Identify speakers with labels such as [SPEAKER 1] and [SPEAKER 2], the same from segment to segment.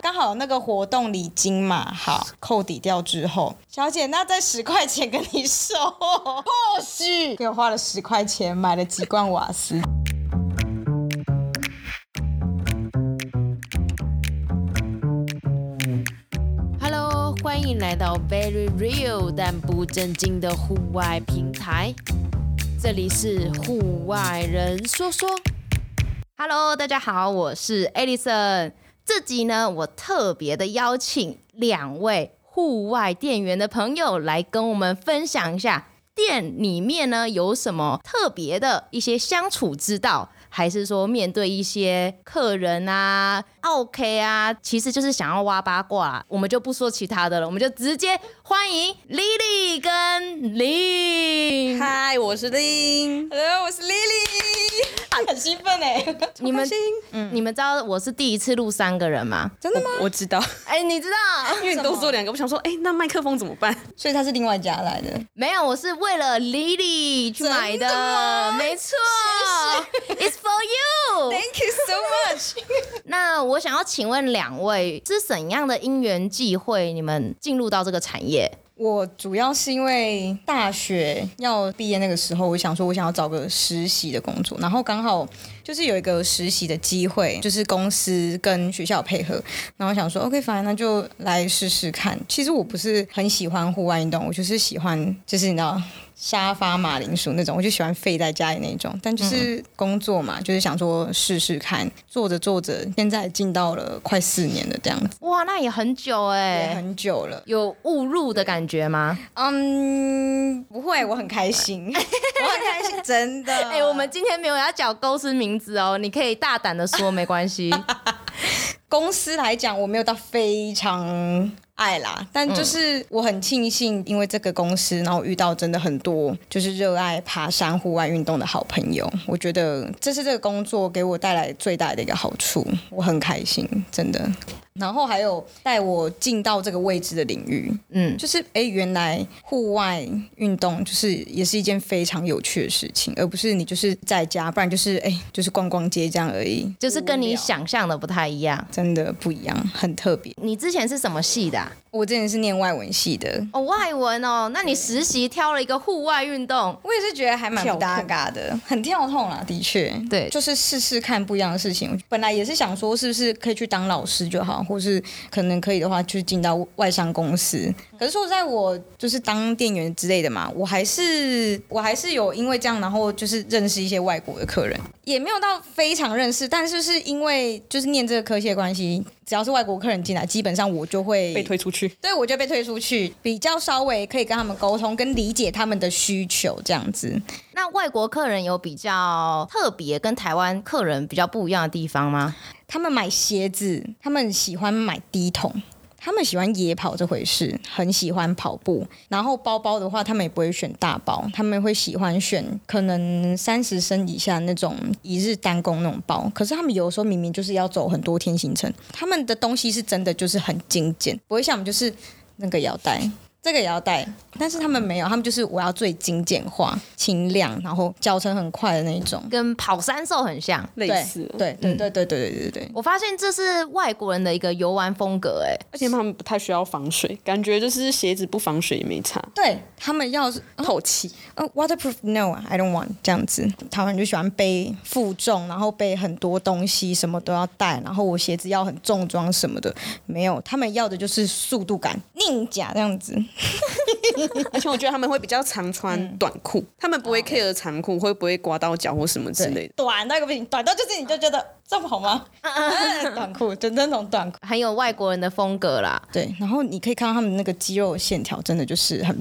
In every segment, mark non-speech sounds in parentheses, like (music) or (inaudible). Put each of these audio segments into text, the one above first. [SPEAKER 1] 刚好那个活动礼金嘛，好扣抵掉之后，小姐那再十块钱跟你收，或许给我花了十块钱买了几罐瓦斯。
[SPEAKER 2] Hello，欢迎来到 Very Real 但不正经的户外平台，这里是户外人说说。Hello，大家好，我是 Alison。这集呢，我特别的邀请两位户外店员的朋友来跟我们分享一下店里面呢有什么特别的一些相处之道，还是说面对一些客人啊、OK 啊，其实就是想要挖八卦，我们就不说其他的了，我们就直接欢迎 Lily 跟林。
[SPEAKER 3] 嗨，我是丁。
[SPEAKER 1] Hello，我是 Lily，很兴奋哎、
[SPEAKER 2] 你们
[SPEAKER 3] 开心
[SPEAKER 2] 你们知道我是第一次录三个人吗？
[SPEAKER 1] 真的吗？
[SPEAKER 3] 我知道，
[SPEAKER 2] 哎、你知道？
[SPEAKER 3] (laughs) 因为你多做两个，我想说，哎、那麦克风怎么办？
[SPEAKER 1] 所以他是另外一家来的，
[SPEAKER 2] 没有，我是为了 Lily 去买
[SPEAKER 1] 真的
[SPEAKER 2] 的，没错，It's for you。
[SPEAKER 1] Thank you so much
[SPEAKER 2] 那我想要请问两位，是怎样的因缘际会你们进入到这个产业？
[SPEAKER 1] 我主要是因为大学要毕业那个时候，我想说，我想要找个实习的工作，然后刚好就是有一个实习的机会，就是公司跟学校配合，然后我想说，OK，反正那就来试试看。其实我不是很喜欢户外运动，我就是喜欢，就是你知道。沙发马铃薯那种，我就喜欢废在家里那种。但就是工作嘛，就是想说试试看。做着做着，现在进到了快四年了，这样子
[SPEAKER 2] 哇，那也很久
[SPEAKER 1] 也
[SPEAKER 2] 哎、
[SPEAKER 1] 很久了。
[SPEAKER 2] 有误入的感觉吗？
[SPEAKER 1] 嗯，不会，我很开
[SPEAKER 2] (laughs)
[SPEAKER 1] 心，我很开心，真的。
[SPEAKER 2] 哎、我们今天没有要讲公司名字哦，你可以大胆的说，没关系。
[SPEAKER 1] 公司来讲，我没有到非常爱啦，但就是我很庆幸，因为这个公司，然后遇到真的很多就是热爱爬山、户外运动的好朋友。我觉得这是这个工作给我带来最大的一个好处，我很开心，真的。 (laughs) 然后还有带我进到这个未知的领域，
[SPEAKER 2] 嗯，
[SPEAKER 1] 就是哎，诶原来户外运动就是也是一件非常有趣的事情，而不是你就是在家，不然就是哎，就是逛逛街这样而已，
[SPEAKER 2] (laughs) 就是跟
[SPEAKER 1] 无
[SPEAKER 2] 你
[SPEAKER 1] 聊
[SPEAKER 2] 想象的不太一样。
[SPEAKER 1] 真的不一样，很特别。
[SPEAKER 2] 你之前是什么系的啊、
[SPEAKER 1] 我之前是念外文系的，
[SPEAKER 2] 哦，外文哦，那你实习挑了一个户外运动，
[SPEAKER 1] 我也是觉得还蛮不搭嘎的，很跳痛啦，的确，
[SPEAKER 2] 对
[SPEAKER 1] 就是试试看不一样的事情。本来也是想说，是不是可以去当老师就好，或是可能可以的话，去进到外商公司。可是说实在我就是当店员之类的嘛，我还是我还是有因为这样，然后就是认识一些外国的客人，也没有到非常认识，但是是因为就是念这个科系的关系，只要是外国客人进来，基本上我就会
[SPEAKER 3] (laughs) 被推出去，
[SPEAKER 1] 对我就被推出去，比较稍微可以跟他们沟通，跟理解他们的需求这样子。
[SPEAKER 2] 那外国客人有比较特别跟台湾客人比较不一样的地方吗？
[SPEAKER 1] 他们买鞋子，他们喜欢买低筒，他们喜欢野跑这回事，很喜欢跑步。然后包包的话，他们也不会选大包，他们会喜欢选可能三十升以下那种一日单工那种包。可是他们有的时候明明就是要走很多天行程，他们的东西是真的就是很精简，不会像我们就是那个也要带。这个也要带，但是他们没有，他们就是我要最精简化、轻量，然后脚程很快的那一种，
[SPEAKER 2] 跟跑山兽很像。
[SPEAKER 3] 类
[SPEAKER 1] 对
[SPEAKER 3] 似，，
[SPEAKER 1] 对对对对对对对对。
[SPEAKER 2] 我发现这是外国人的一个游玩风格、哎，
[SPEAKER 3] 而且他们不太需要防水，感觉就是鞋子不防水也没差，
[SPEAKER 1] 对他们要是
[SPEAKER 3] 透气。
[SPEAKER 1] 呃、waterproof no I don't want 这样子，台湾人就喜欢背负重，然后背很多东西，什么都要带，然后我鞋子要很重装什么的，没有，他们要的就是速度感，宁甲这样子，
[SPEAKER 3] 而且我觉得他们会比较常穿短裤，他们不会 care 长裤会不会刮到脚或什么之类的。
[SPEAKER 1] 短到一个不行，短到就是你就觉得这么好吗？ (laughs) 短裤就那种短裤，
[SPEAKER 2] 很有外国人的风格啦。
[SPEAKER 1] 对，然后你可以看到他们那个肌肉线条真的就是很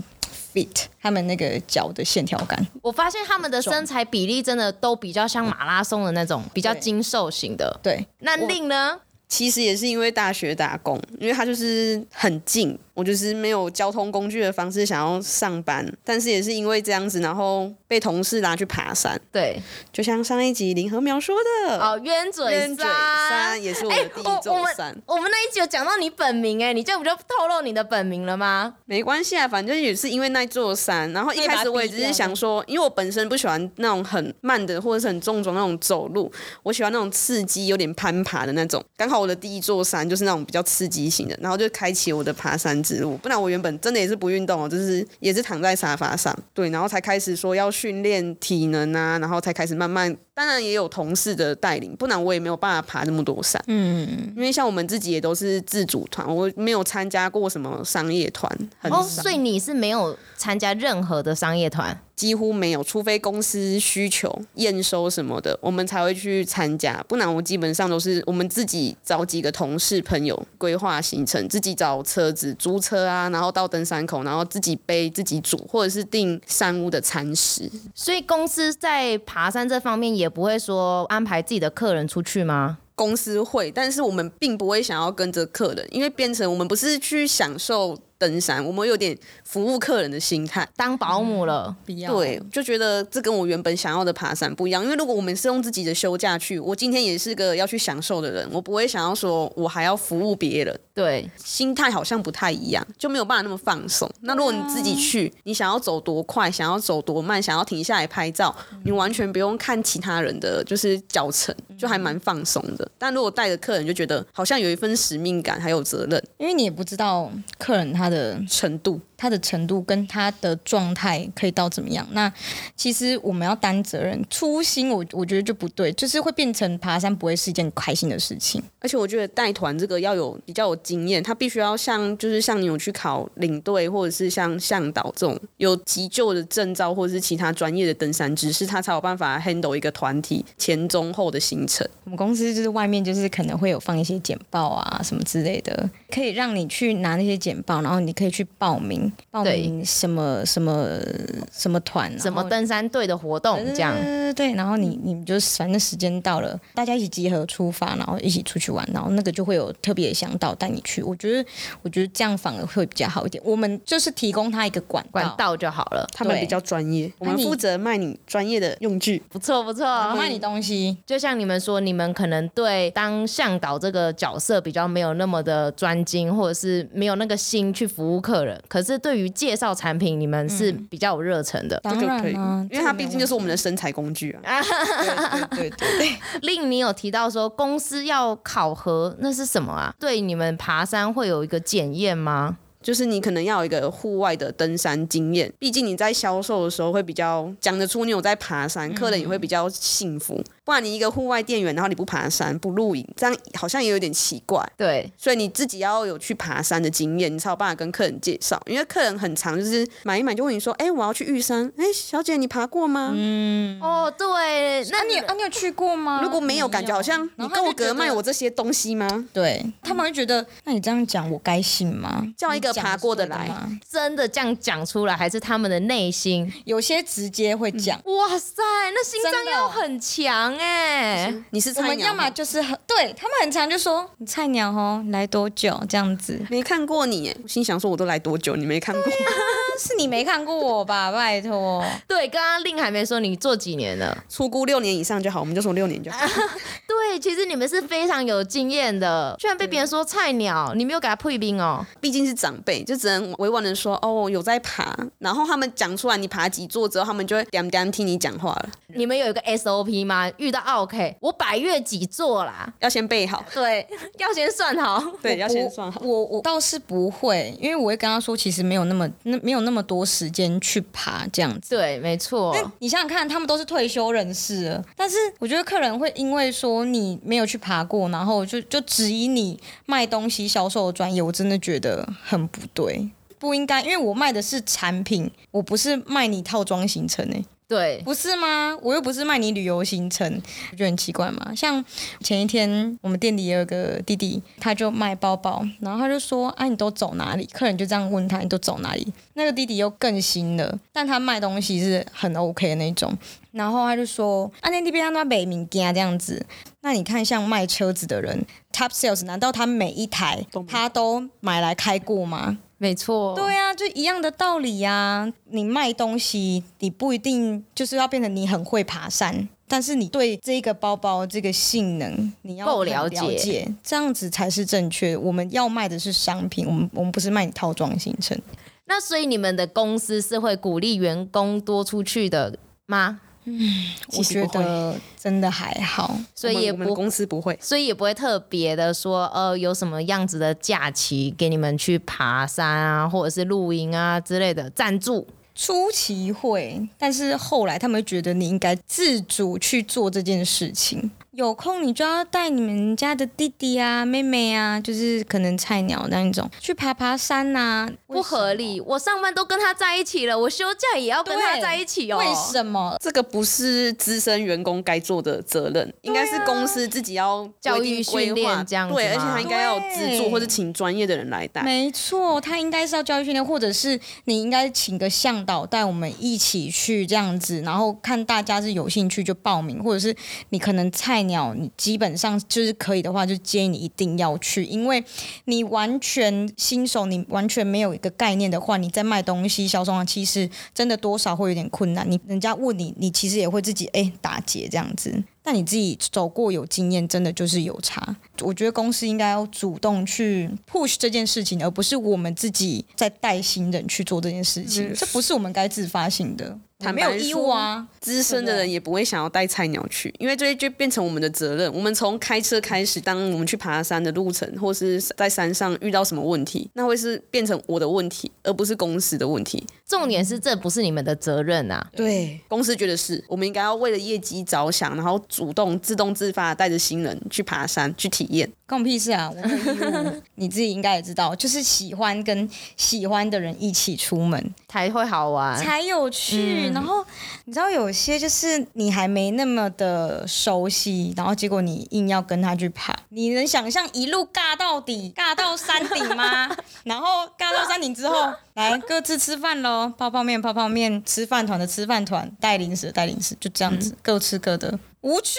[SPEAKER 1] fit，他们那个脚的线条感，
[SPEAKER 2] 我发现他们的身材比例真的都比较像马拉松的那种，比较精瘦型的。
[SPEAKER 1] 对，
[SPEAKER 2] 那令呢？
[SPEAKER 3] 其实也是因为大学打工，因为它就是很近，我就是没有交通工具的方式想要上班，但是也是因为这样子，然后被同事拉去爬山，
[SPEAKER 2] 对，
[SPEAKER 3] 就像上一集林和苗说的，
[SPEAKER 2] 哦，冤嘴
[SPEAKER 3] 冤嘴山
[SPEAKER 2] 山。
[SPEAKER 3] 也是我
[SPEAKER 2] 哎、
[SPEAKER 3] 的第一
[SPEAKER 2] 我我
[SPEAKER 3] 座
[SPEAKER 2] 们
[SPEAKER 3] 山，
[SPEAKER 2] 我们那一集有讲到你本名哎、你这样不就透露你的本名了吗？
[SPEAKER 3] 没关系啊，反正也是因为那座山。然后一开始我也只是想说，因为我本身不喜欢那种很慢的或者是很重重那种走路，我喜欢那种刺激、有点攀爬的那种。刚好我的第一座山就是那种比较刺激型的，然后就开启我的爬山之路。不然我原本真的也是不运动哦，就是也是躺在沙发上，对，然后才开始说要训练体能啊，然后才开始慢慢。当然也有同事的带领，不然我也没有办法爬那么多山。
[SPEAKER 1] 嗯，
[SPEAKER 3] 因为像我们自己也都是自主团，我没有参加过什么商业团，很
[SPEAKER 2] 哦，
[SPEAKER 3] 少
[SPEAKER 2] 所以你是没有参加任何的商业团，
[SPEAKER 3] 几乎没有，除非公司需求验收什么的，我们才会去参加。不然我基本上都是我们自己找几个同事朋友规划行程，自己找车子租车啊，然后到登山口，然后自己背自己煮，啊或者是订山屋的餐食。
[SPEAKER 2] 所以公司在爬山这方面也不会说安排自己的客人出去吗？
[SPEAKER 3] 公司会，但是我们并不会想要跟着客人，因为变成我们不是去享受登山，我们有点服务客人的心态。
[SPEAKER 2] 当保姆了，
[SPEAKER 1] 不要
[SPEAKER 3] 对，就觉得这跟我原本想要的爬山不一样。因为如果我们是用自己的休假去，我今天也是个要去享受的人，我不会想要说我还要服务别人，
[SPEAKER 2] 对，
[SPEAKER 3] 心态好像不太一样，就没有办法那么放松。那如果你自己去，你想要走多快，想要走多慢，想要停下来拍照，你完全不用看其他人的就是脚程，就还蛮放松的。但如果带着客人，就觉得好像有一份使命感，还有责任
[SPEAKER 1] 因为你也不知道客人他的
[SPEAKER 3] 程度。
[SPEAKER 1] 他的程度跟他的状态可以到怎么样。那其实我们要担责任，初心我我觉得就不对，就是会变成爬山不会是一件开心的事情。
[SPEAKER 3] 而且我觉得带团这个要有比较有经验，他必须要像就是像你有去考领队或者是像向导这种有急救的证照或者是其他专业的登山知识，他才有办法 handle 一个团体前中后的行程。
[SPEAKER 1] 我们公司就是外面就是可能会有放一些简报啊什么之类的，可以让你去拿那些简报，然后你可以去报名报名什么什么什么团，然后
[SPEAKER 2] 什么登山队的活动
[SPEAKER 1] 对
[SPEAKER 2] 这样
[SPEAKER 1] 对。对对对，然后你你们就反正时间到了，大家一起集合出发，然后一起出去玩，然后那个就会有特别向导带你去。我觉得我觉得这样反而会比较好一点。我们就是提供他一个管道，
[SPEAKER 2] 管道就好了，
[SPEAKER 3] 他们
[SPEAKER 1] 对
[SPEAKER 3] 比较专业，我们
[SPEAKER 1] 那你
[SPEAKER 3] 负责卖你专业的用具。
[SPEAKER 2] 不错不错。
[SPEAKER 1] 卖你东西。
[SPEAKER 2] 就像你们说，你们可能对当向导这个角色比较没有那么的专精，或者是没有那个心去服务客人。可是对于介绍产品，你们是比较有热忱的，
[SPEAKER 1] 当
[SPEAKER 3] 这个可
[SPEAKER 1] 然
[SPEAKER 3] 以
[SPEAKER 1] 啊，，
[SPEAKER 3] 因为它毕竟就是我们的身材工具啊。
[SPEAKER 1] 对对对对，
[SPEAKER 2] 令你有提到说公司要考核，那是什么啊？对你们爬山会有一个检验吗？
[SPEAKER 3] 就是你可能要有一个户外的登山经验，毕竟你在销售的时候会比较讲得出你有在爬山，客人也会比较幸福。不然你一个户外店员，然后你不爬山不露营，这样好像也有点奇怪。
[SPEAKER 2] 对，
[SPEAKER 3] 所以你自己要有去爬山的经验，你才有办法跟客人介绍。因为客人很常就是买一买就问你说：“哎、我要去玉山，哎、小姐你爬过吗？”
[SPEAKER 1] 嗯
[SPEAKER 2] 哦，对，
[SPEAKER 1] (laughs) 那
[SPEAKER 2] 那
[SPEAKER 1] 你啊你有去过吗？
[SPEAKER 3] 如果没有，感觉好像
[SPEAKER 1] 然
[SPEAKER 3] 你
[SPEAKER 1] 后他
[SPEAKER 3] 跟
[SPEAKER 1] 就
[SPEAKER 3] 我
[SPEAKER 1] 觉
[SPEAKER 3] 隔
[SPEAKER 1] 得
[SPEAKER 3] 卖我这些东西吗？
[SPEAKER 1] 对他们会觉得，那你这样讲我该信吗？
[SPEAKER 3] 叫一个
[SPEAKER 1] 你讲
[SPEAKER 3] 爬
[SPEAKER 1] 是
[SPEAKER 3] 过的
[SPEAKER 1] 对
[SPEAKER 3] 来
[SPEAKER 1] 吗
[SPEAKER 2] 真的这样讲出来，还是他们的内心？
[SPEAKER 1] 有些直接会讲。
[SPEAKER 3] 嗯
[SPEAKER 2] 哇塞，那心
[SPEAKER 1] 真
[SPEAKER 2] 脏
[SPEAKER 1] 的
[SPEAKER 2] 要很强哎、
[SPEAKER 3] 你是
[SPEAKER 1] 我
[SPEAKER 3] 菜
[SPEAKER 1] 们
[SPEAKER 3] 鸟
[SPEAKER 1] 要么
[SPEAKER 3] 吗，
[SPEAKER 1] 就是很对他们很常就说你菜鸟哦，来多久这样子？
[SPEAKER 3] 没看过你耶，我心想说我都来多久，你没
[SPEAKER 1] (laughs)
[SPEAKER 3] 看过？
[SPEAKER 1] 是你没看过我
[SPEAKER 3] (laughs)
[SPEAKER 1] 吧？拜托，
[SPEAKER 2] 对，刚刚令还没说你做几年了。
[SPEAKER 3] 出估六年以上就好，我们就说六年就好。
[SPEAKER 2] 对，其实你们是非常有经验的，居然被别人说菜鸟，你没有给他退兵哦。
[SPEAKER 3] 毕竟是长辈，就只能委婉的说哦有在爬，然后他们讲出来你爬几座之后，他们就会点点听你讲话了，
[SPEAKER 2] 你们有一个 SOP 吗？遇到 OK，我百越几座啦？
[SPEAKER 3] 要先备好，
[SPEAKER 2] 对， (laughs) 要先算好。
[SPEAKER 3] 对，要先
[SPEAKER 1] 我
[SPEAKER 3] 算好。
[SPEAKER 1] 我我倒是不会，因为我会跟他说，其实没有那么那没有那么多时间去爬这样子。
[SPEAKER 2] 对，没错。
[SPEAKER 1] 你想想看，他们都是退休人士了，但是我觉得客人会因为说你没有去爬过，然后就就质疑你卖东西销售的专业，我真的觉得很不对，不应该，因为我卖的是产品，我不是卖你套装行程诶、欸
[SPEAKER 2] 对，
[SPEAKER 1] 不是吗？我又不是卖你旅游行程，不觉得很奇怪吗？像前一天我们店里也有个弟弟，他就卖包包，然后他就说：“啊，你都走哪里？”客人就这样问他：“你都走哪里？”那个弟弟又更新了，但他卖东西是很 OK 的那种。然后他就说：“啊，那那边他都北明家这样子。”那你看，像卖车子的人，Top Sales，难道他每一台他都买来开过吗？
[SPEAKER 2] 没错，
[SPEAKER 1] 对啊，就一样的道理呀、啊。你卖东西，你不一定就是要变成你很会爬山，但是你对这个包包这个性能你要
[SPEAKER 2] 够
[SPEAKER 1] 很
[SPEAKER 2] 了
[SPEAKER 1] 了
[SPEAKER 2] 解
[SPEAKER 1] 这样子才是正确。我们要卖的是商品，我们我们不是卖你套装行程。
[SPEAKER 2] 那所以你们的公司是会鼓励员工多出去的吗？
[SPEAKER 1] 我
[SPEAKER 3] 其实
[SPEAKER 1] 觉
[SPEAKER 3] 不会
[SPEAKER 1] 得真的还好，
[SPEAKER 2] 所以
[SPEAKER 3] 我
[SPEAKER 2] 也
[SPEAKER 3] 们我们
[SPEAKER 2] 不，
[SPEAKER 3] 公司不会。
[SPEAKER 2] 所以也不会特别的说，呃，有什么样子的假期给你们去爬山啊，或者是露营啊之类的赞助。
[SPEAKER 1] 初期会，但是后来他们会觉得你应该自主去做这件事情。有空你就要带你们家的弟弟啊、妹妹啊，就是可能菜鸟那一种，去爬爬山啊呐、
[SPEAKER 2] 不合理，我上班都跟他在一起了，我休假也要跟他
[SPEAKER 1] 对
[SPEAKER 2] 在一起哦。
[SPEAKER 1] 为什么？
[SPEAKER 3] 这个不是资深员工该做的责任，应该是公司自己要规定
[SPEAKER 2] 教育训练
[SPEAKER 3] 规划
[SPEAKER 2] 这样子
[SPEAKER 3] 对，而且
[SPEAKER 2] 吗
[SPEAKER 3] 他应该要有资助
[SPEAKER 1] 对
[SPEAKER 3] 或者请专业的人来带。
[SPEAKER 1] 没错，他应该是要教育训练，或者是你应该请个向导带我们一起去这样子，然后看大家是有兴趣就报名，或者是你可能菜鸟，你基本上就是可以的话，就建议你一定要去，因为你完全新手，你完全没有一个概念的话，你在卖东西销售上，其实真的多少会有点困难。你人家问你，你其实也会自己哎、打结这样子。但你自己走过有经验，真的就是有差。我觉得公司应该要主动去 push 这件事情，而不是我们自己在带新人去做这件事情。
[SPEAKER 3] 嗯
[SPEAKER 1] 这不是我们该自发性的，
[SPEAKER 3] 坦
[SPEAKER 1] 没
[SPEAKER 3] 白
[SPEAKER 1] 有义务啊。
[SPEAKER 3] 资深的人也不会想要带菜鸟去，因为这就变成我们的责任。我们从开车开始，当我们去爬山的路程，或是在山上遇到什么问题，那会是变成我的问题，而不是公司的问题。
[SPEAKER 2] 重点是这不是你们的责任啊。
[SPEAKER 1] 对，
[SPEAKER 3] 公司觉得是我们应该要为了业绩着想，然后主动自动自发地带着新人去爬山去体验。
[SPEAKER 1] 关我屁事啊！我没有义务， (laughs) 你自己应该也知道，就是喜欢跟喜欢的人一起出门，
[SPEAKER 2] 才会好玩。
[SPEAKER 1] 才有
[SPEAKER 3] 嗯
[SPEAKER 1] 趣。然后你知道有些就是你还没那么的熟悉，然后结果你硬要跟他去爬，你能想象一路尬到底，尬到山顶
[SPEAKER 3] (laughs)
[SPEAKER 1] 吗？然后尬到山顶之后，来各自吃饭喽，泡泡面泡泡面，吃饭团的吃饭团，带零食的带零食，就这样子、
[SPEAKER 3] 嗯
[SPEAKER 1] 各吃各的，无趣。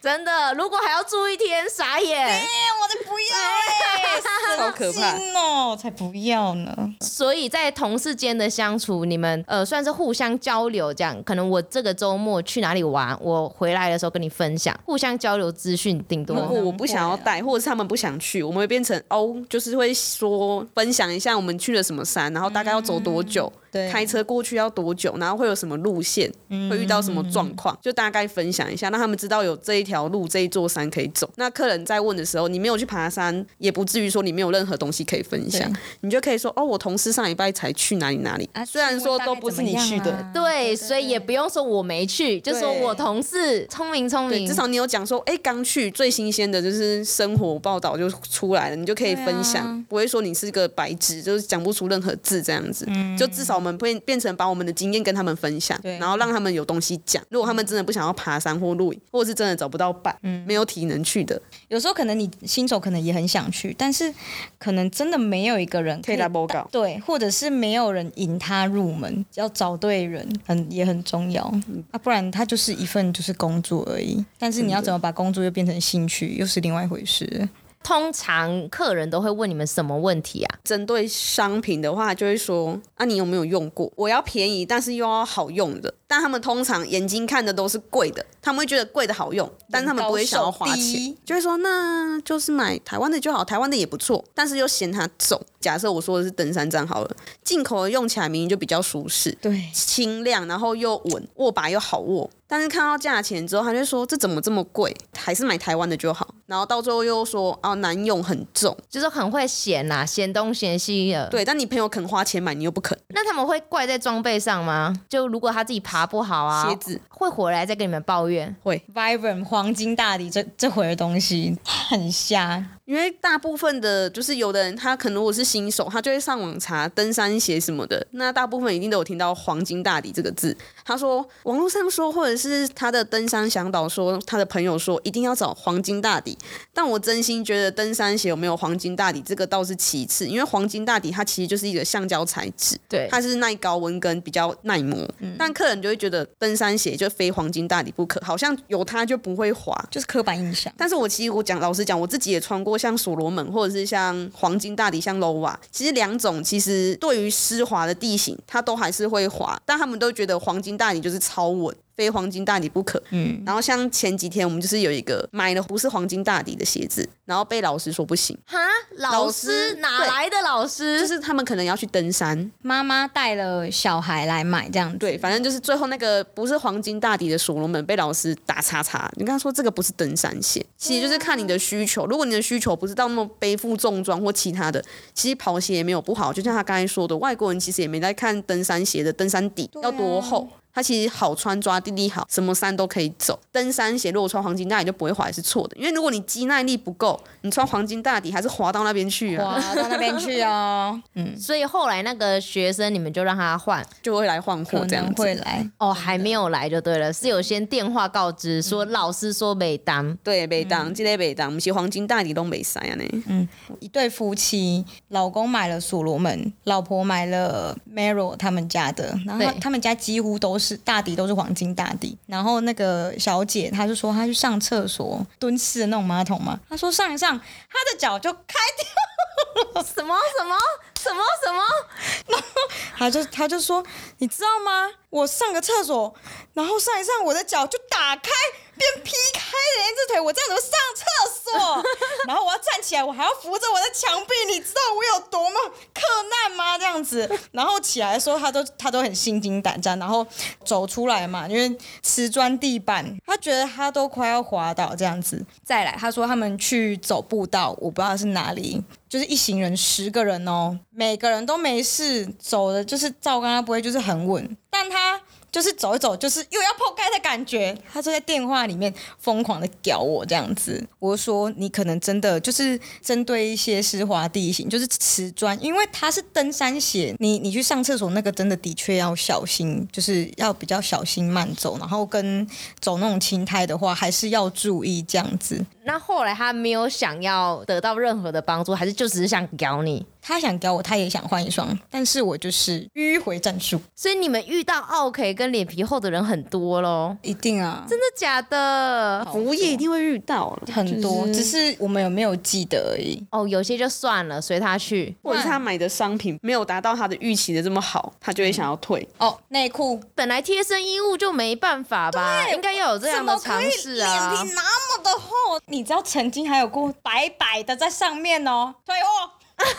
[SPEAKER 2] 真的，如果还要住一天，傻眼。
[SPEAKER 1] 哎、我才不要、欸，
[SPEAKER 3] 哎超可怕
[SPEAKER 1] 神经哦，才不要呢。
[SPEAKER 2] 所以在同事间的相处，你们呃算是互相交流，这样可能我这个周末去哪里玩，我回来的时候跟你分享，互相交流资讯，顶
[SPEAKER 3] 如
[SPEAKER 2] 多
[SPEAKER 3] 果我不想要带，或者是他们不想去，我们会变成哦，就是会说分享一下我们去了什么山，然后大概要走多久，
[SPEAKER 1] 嗯对嗯
[SPEAKER 3] 开车过去要多久，然后会有什么路线，会遇到什么状况，就大概分享一下，让他们知道有这一条路、这一座山可以走。那客人在问的时候，你没有去爬山，也不至于说你没有任何东西可以分享
[SPEAKER 1] 对，
[SPEAKER 3] 你就可以说哦，我同事上礼拜才去哪里哪里，虽然说都不是你
[SPEAKER 1] 啊
[SPEAKER 3] 去的。
[SPEAKER 2] 对，所以也不用说我没去，就说我同事聪明聪
[SPEAKER 3] 对，
[SPEAKER 2] 明，
[SPEAKER 3] 至少
[SPEAKER 1] 嗯
[SPEAKER 3] 你有讲说，哎、刚去最新鲜的就是生活报道就出来了，你就可以
[SPEAKER 1] 对啊
[SPEAKER 3] 分享，不会说你是个白纸，就是讲不出任何字这样子。就至少我们变变成把我们的经验跟他们分享，
[SPEAKER 1] 嗯对
[SPEAKER 3] 然后让他们有东西讲。如果他们真的不想要爬山或露营，或者是真的找不到伴，
[SPEAKER 1] 嗯
[SPEAKER 3] 没有体能去的，
[SPEAKER 1] 有时候可能你新手可能也很想去，但是可能真的没有一个人
[SPEAKER 3] 可以来报告。
[SPEAKER 1] 对，或者是没有人引他入门，要找对人很也很重要、
[SPEAKER 3] 嗯
[SPEAKER 1] 啊，不然他就是一份就是工作而已。但是你要怎么把工作又变成兴趣，又是另外一回事。
[SPEAKER 2] 通常客人都会问你们什么问题啊？
[SPEAKER 3] 针对商品的话，就会说啊，你有没有用过？我要便宜，但是又要好用的。但他们通常眼睛看的都是贵的，他们会觉得贵的好用，但他们不会想要花
[SPEAKER 1] 眼高手
[SPEAKER 3] 钱
[SPEAKER 1] 低，
[SPEAKER 3] 就会说那就是买台湾的就好，台湾的也不错，但是又嫌它重。假设我说的是登山杖好了，进口的用起来明明就比较舒适，
[SPEAKER 1] 对，
[SPEAKER 3] 轻量，然后又稳，握把又好握。但是看到价钱之后，他就说这怎么这么贵？还是买台湾的就好。然后到最后又说啊难用很重，
[SPEAKER 2] 就是很会嫌呐、嫌东嫌西的。，
[SPEAKER 3] 对，但你朋友肯花钱买，你又不肯。
[SPEAKER 2] 那他们会怪在装备上吗？就如果他自己爬不好啊，
[SPEAKER 3] 鞋子
[SPEAKER 2] 会回来再跟你们抱怨。
[SPEAKER 1] Vibrant 黄金大底这这回的东西很瞎，
[SPEAKER 3] 因为大部分的，就是有的人他可能如果是新手，他就会上网查登山鞋什么的。那大部分一定都有听到“黄金大底”这个字。他说网络上说，或者是他的登山向导说，他的朋友说一定要找黄金大底。但我真心觉得登山鞋有没有黄金大底，这个倒是其次，因为黄金大底它其实就是一个橡胶材质，
[SPEAKER 2] 对嗯
[SPEAKER 3] 它是耐高温跟比较耐磨。但客人就会觉得登山鞋就非黄金大底不可，好像有它就不会滑。
[SPEAKER 1] 就是刻板印象。
[SPEAKER 3] 但是我其实我讲老实讲，我自己也穿过像所罗门，或者是像黄金大底，像 LOWA，其实两种其实对于湿滑的地形，它都还是会滑，但他们都觉得黄金大底就是超稳。非黄金大底不可。嗯，然后像前几天我们就是有一个买了不是黄金大底的鞋子，然后被老师说不行，
[SPEAKER 2] 哈，老师
[SPEAKER 3] 老师
[SPEAKER 2] 哪
[SPEAKER 3] 对
[SPEAKER 2] 来的老师？
[SPEAKER 3] 就是他们可能要去登山。
[SPEAKER 1] 妈妈带了小孩来买这样子，
[SPEAKER 3] 对，反正就是最后那个不是黄金大底的所罗门被老师打叉叉。你跟他说这个不是登山鞋，其实就是看你的需求。如果你的需求不是到那么背负重装或其他的，其实跑鞋也没有不好。就像他刚才说的，外国人其实也没在看登山鞋的登山底
[SPEAKER 1] 对啊
[SPEAKER 3] 要多厚。它其实好穿，抓地力好，什么山都可以走。登山鞋如果穿黄金大底就不会滑，也是错的。因为如果你肌耐力不够，你穿黄金大底还是滑到那边去啊，
[SPEAKER 1] 哇，到那边去哦，
[SPEAKER 2] 所以后来那个学生你们就让他换
[SPEAKER 3] 就会来换
[SPEAKER 1] 可
[SPEAKER 3] 货 (laughs) 这样
[SPEAKER 1] 能
[SPEAKER 3] 子。
[SPEAKER 1] 会来。
[SPEAKER 2] 哦，还没有来就对了，是有先电话告知说老师说没当，
[SPEAKER 3] 对，北当，
[SPEAKER 1] 嗯
[SPEAKER 3] 这类北当，不是黄金大底都没塞啊呢。
[SPEAKER 1] 一对夫妻，老公买了所罗门，老婆买了 Merrill 他们家的，然后他
[SPEAKER 2] 对
[SPEAKER 1] 他们家几乎都是大底都是黄金大底。然后那个小姐她就说她去上厕所蹲式的那种马桶嘛，她说上一上，她的脚就开
[SPEAKER 2] (laughs) 什么什么什么什么，
[SPEAKER 1] 他就他就说，你知道吗？我上个厕所，然后上一上，我的脚就打开，变劈开了那只腿，我这样怎么上厕所？然后我要站起来，我还要扶着我的墙壁，你知道我有多么克难吗？这样子，然后起来的时候，他都他都很心惊胆战，然后走出来嘛，因为瓷砖地板，他觉得他都快要滑倒这样子。再来，他说他们去走步道，我不知道是哪里，就是一行人十个人哦，每个人都没事，走的就是照刚刚不会就是很稳，但他就是走一走，就是又要破开的感觉。他就在电话里面疯狂的屌我这样子，我就说你可能真的就是针对一些湿滑地形，就是瓷砖，因为它是登山鞋，你你去上厕所那个真的的确要小心，就是要比较小心慢走，然后跟走那种青苔的话，还是要注意这样子。
[SPEAKER 2] 那后来他没有想要得到任何的帮助，还是就只是想咬你。
[SPEAKER 1] 他想屌我，他也想换一双，但是我就是迂回战术，
[SPEAKER 2] 所以你们遇到奥 K 跟脸皮厚的人很多咯，
[SPEAKER 1] 一定啊，
[SPEAKER 2] 真的假的？
[SPEAKER 3] 服务业一定会遇到
[SPEAKER 1] (laughs)
[SPEAKER 3] 了，
[SPEAKER 1] 很多，
[SPEAKER 3] 就是
[SPEAKER 1] 只是我们有没有记得而已。
[SPEAKER 2] 哦，有些就算了，随他去。
[SPEAKER 3] 或者是他买的商品没有达到他的预期的这么好，他就会想要退。
[SPEAKER 1] 哦，内裤
[SPEAKER 2] 本来贴身衣物就没办法吧，应该要有这样的尝试啊。
[SPEAKER 1] 脸皮那么的厚，你知道曾经还有过白白的在上面哦，退货。 (laughs)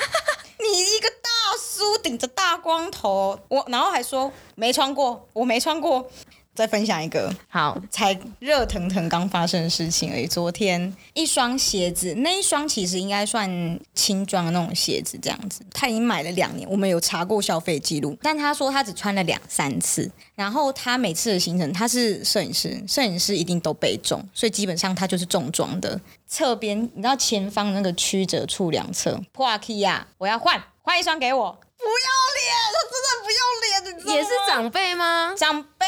[SPEAKER 1] 你一个大叔顶着大光头，我然后还说没穿过，我没穿过。再分享一个，
[SPEAKER 2] 好，
[SPEAKER 1] 才热腾腾刚发生的事情而已。昨天一双鞋子，那一双其实应该算轻装的那种鞋子，这样子。他已经买了两年，我们有查过消费记录，但他说他只穿了两三次。然后他每次的行程，他是摄影师，摄影师一定都被中，所以基本上他就是重装的。侧边，你知道前方那个曲折处两侧，破 key 呀，我要换，换一双给我。不要脸，他真的不要脸，你知道吗？
[SPEAKER 2] 也是长辈吗？
[SPEAKER 1] 长辈，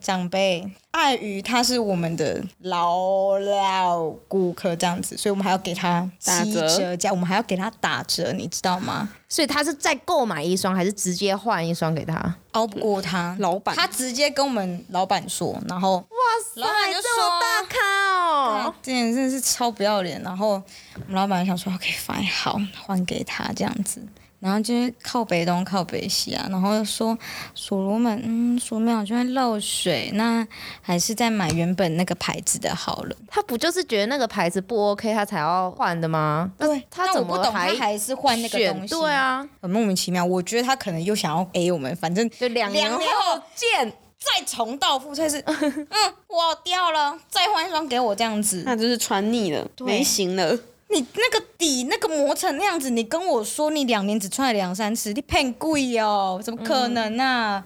[SPEAKER 1] 长辈，碍于他是我们的老老顾客这样子，所以我们还要给他
[SPEAKER 3] 打
[SPEAKER 1] 七
[SPEAKER 3] 折
[SPEAKER 1] 折价，我们还要给他打折，你知道吗？
[SPEAKER 2] 所以他是再购买一双，还是直接换一双给他？哇
[SPEAKER 1] 熬不过他，
[SPEAKER 3] 老板
[SPEAKER 1] 他直接跟我们老板说，然后
[SPEAKER 2] 塞
[SPEAKER 1] 老板就
[SPEAKER 2] 这么
[SPEAKER 1] 说
[SPEAKER 2] 大咖哦！
[SPEAKER 1] 这人真的是超不要脸。然后我们老板想说，OK，fine，好，还给他这样子。然后就是靠北东靠北西啊，然后又说所罗门，嗯，所罗门好像会漏水，那还是再买原本那个牌子的好了。
[SPEAKER 2] 他不就是觉得那个牌子不 OK，他才要换的吗？
[SPEAKER 1] 对，
[SPEAKER 2] 他
[SPEAKER 1] 但
[SPEAKER 2] 怎
[SPEAKER 1] 我不
[SPEAKER 2] 么
[SPEAKER 1] 懂，
[SPEAKER 2] 还
[SPEAKER 1] 他还是换那个
[SPEAKER 2] 选
[SPEAKER 1] 东西，
[SPEAKER 2] 对，啊，
[SPEAKER 1] 很莫名其妙。我觉得他可能又想要 A 我们，反正
[SPEAKER 2] 就两
[SPEAKER 1] 年
[SPEAKER 2] 年
[SPEAKER 1] 后
[SPEAKER 2] 后见。
[SPEAKER 1] 再重蹈覆
[SPEAKER 2] (laughs)
[SPEAKER 1] 辙是，嗯，我掉了，再换一双给我这样子。
[SPEAKER 3] 那就是穿腻了，
[SPEAKER 1] 对
[SPEAKER 3] 没型了，
[SPEAKER 1] 你那个底那个磨成那样子，你跟我说你两年只穿了两三次，你骗贵哦，怎么可能啊？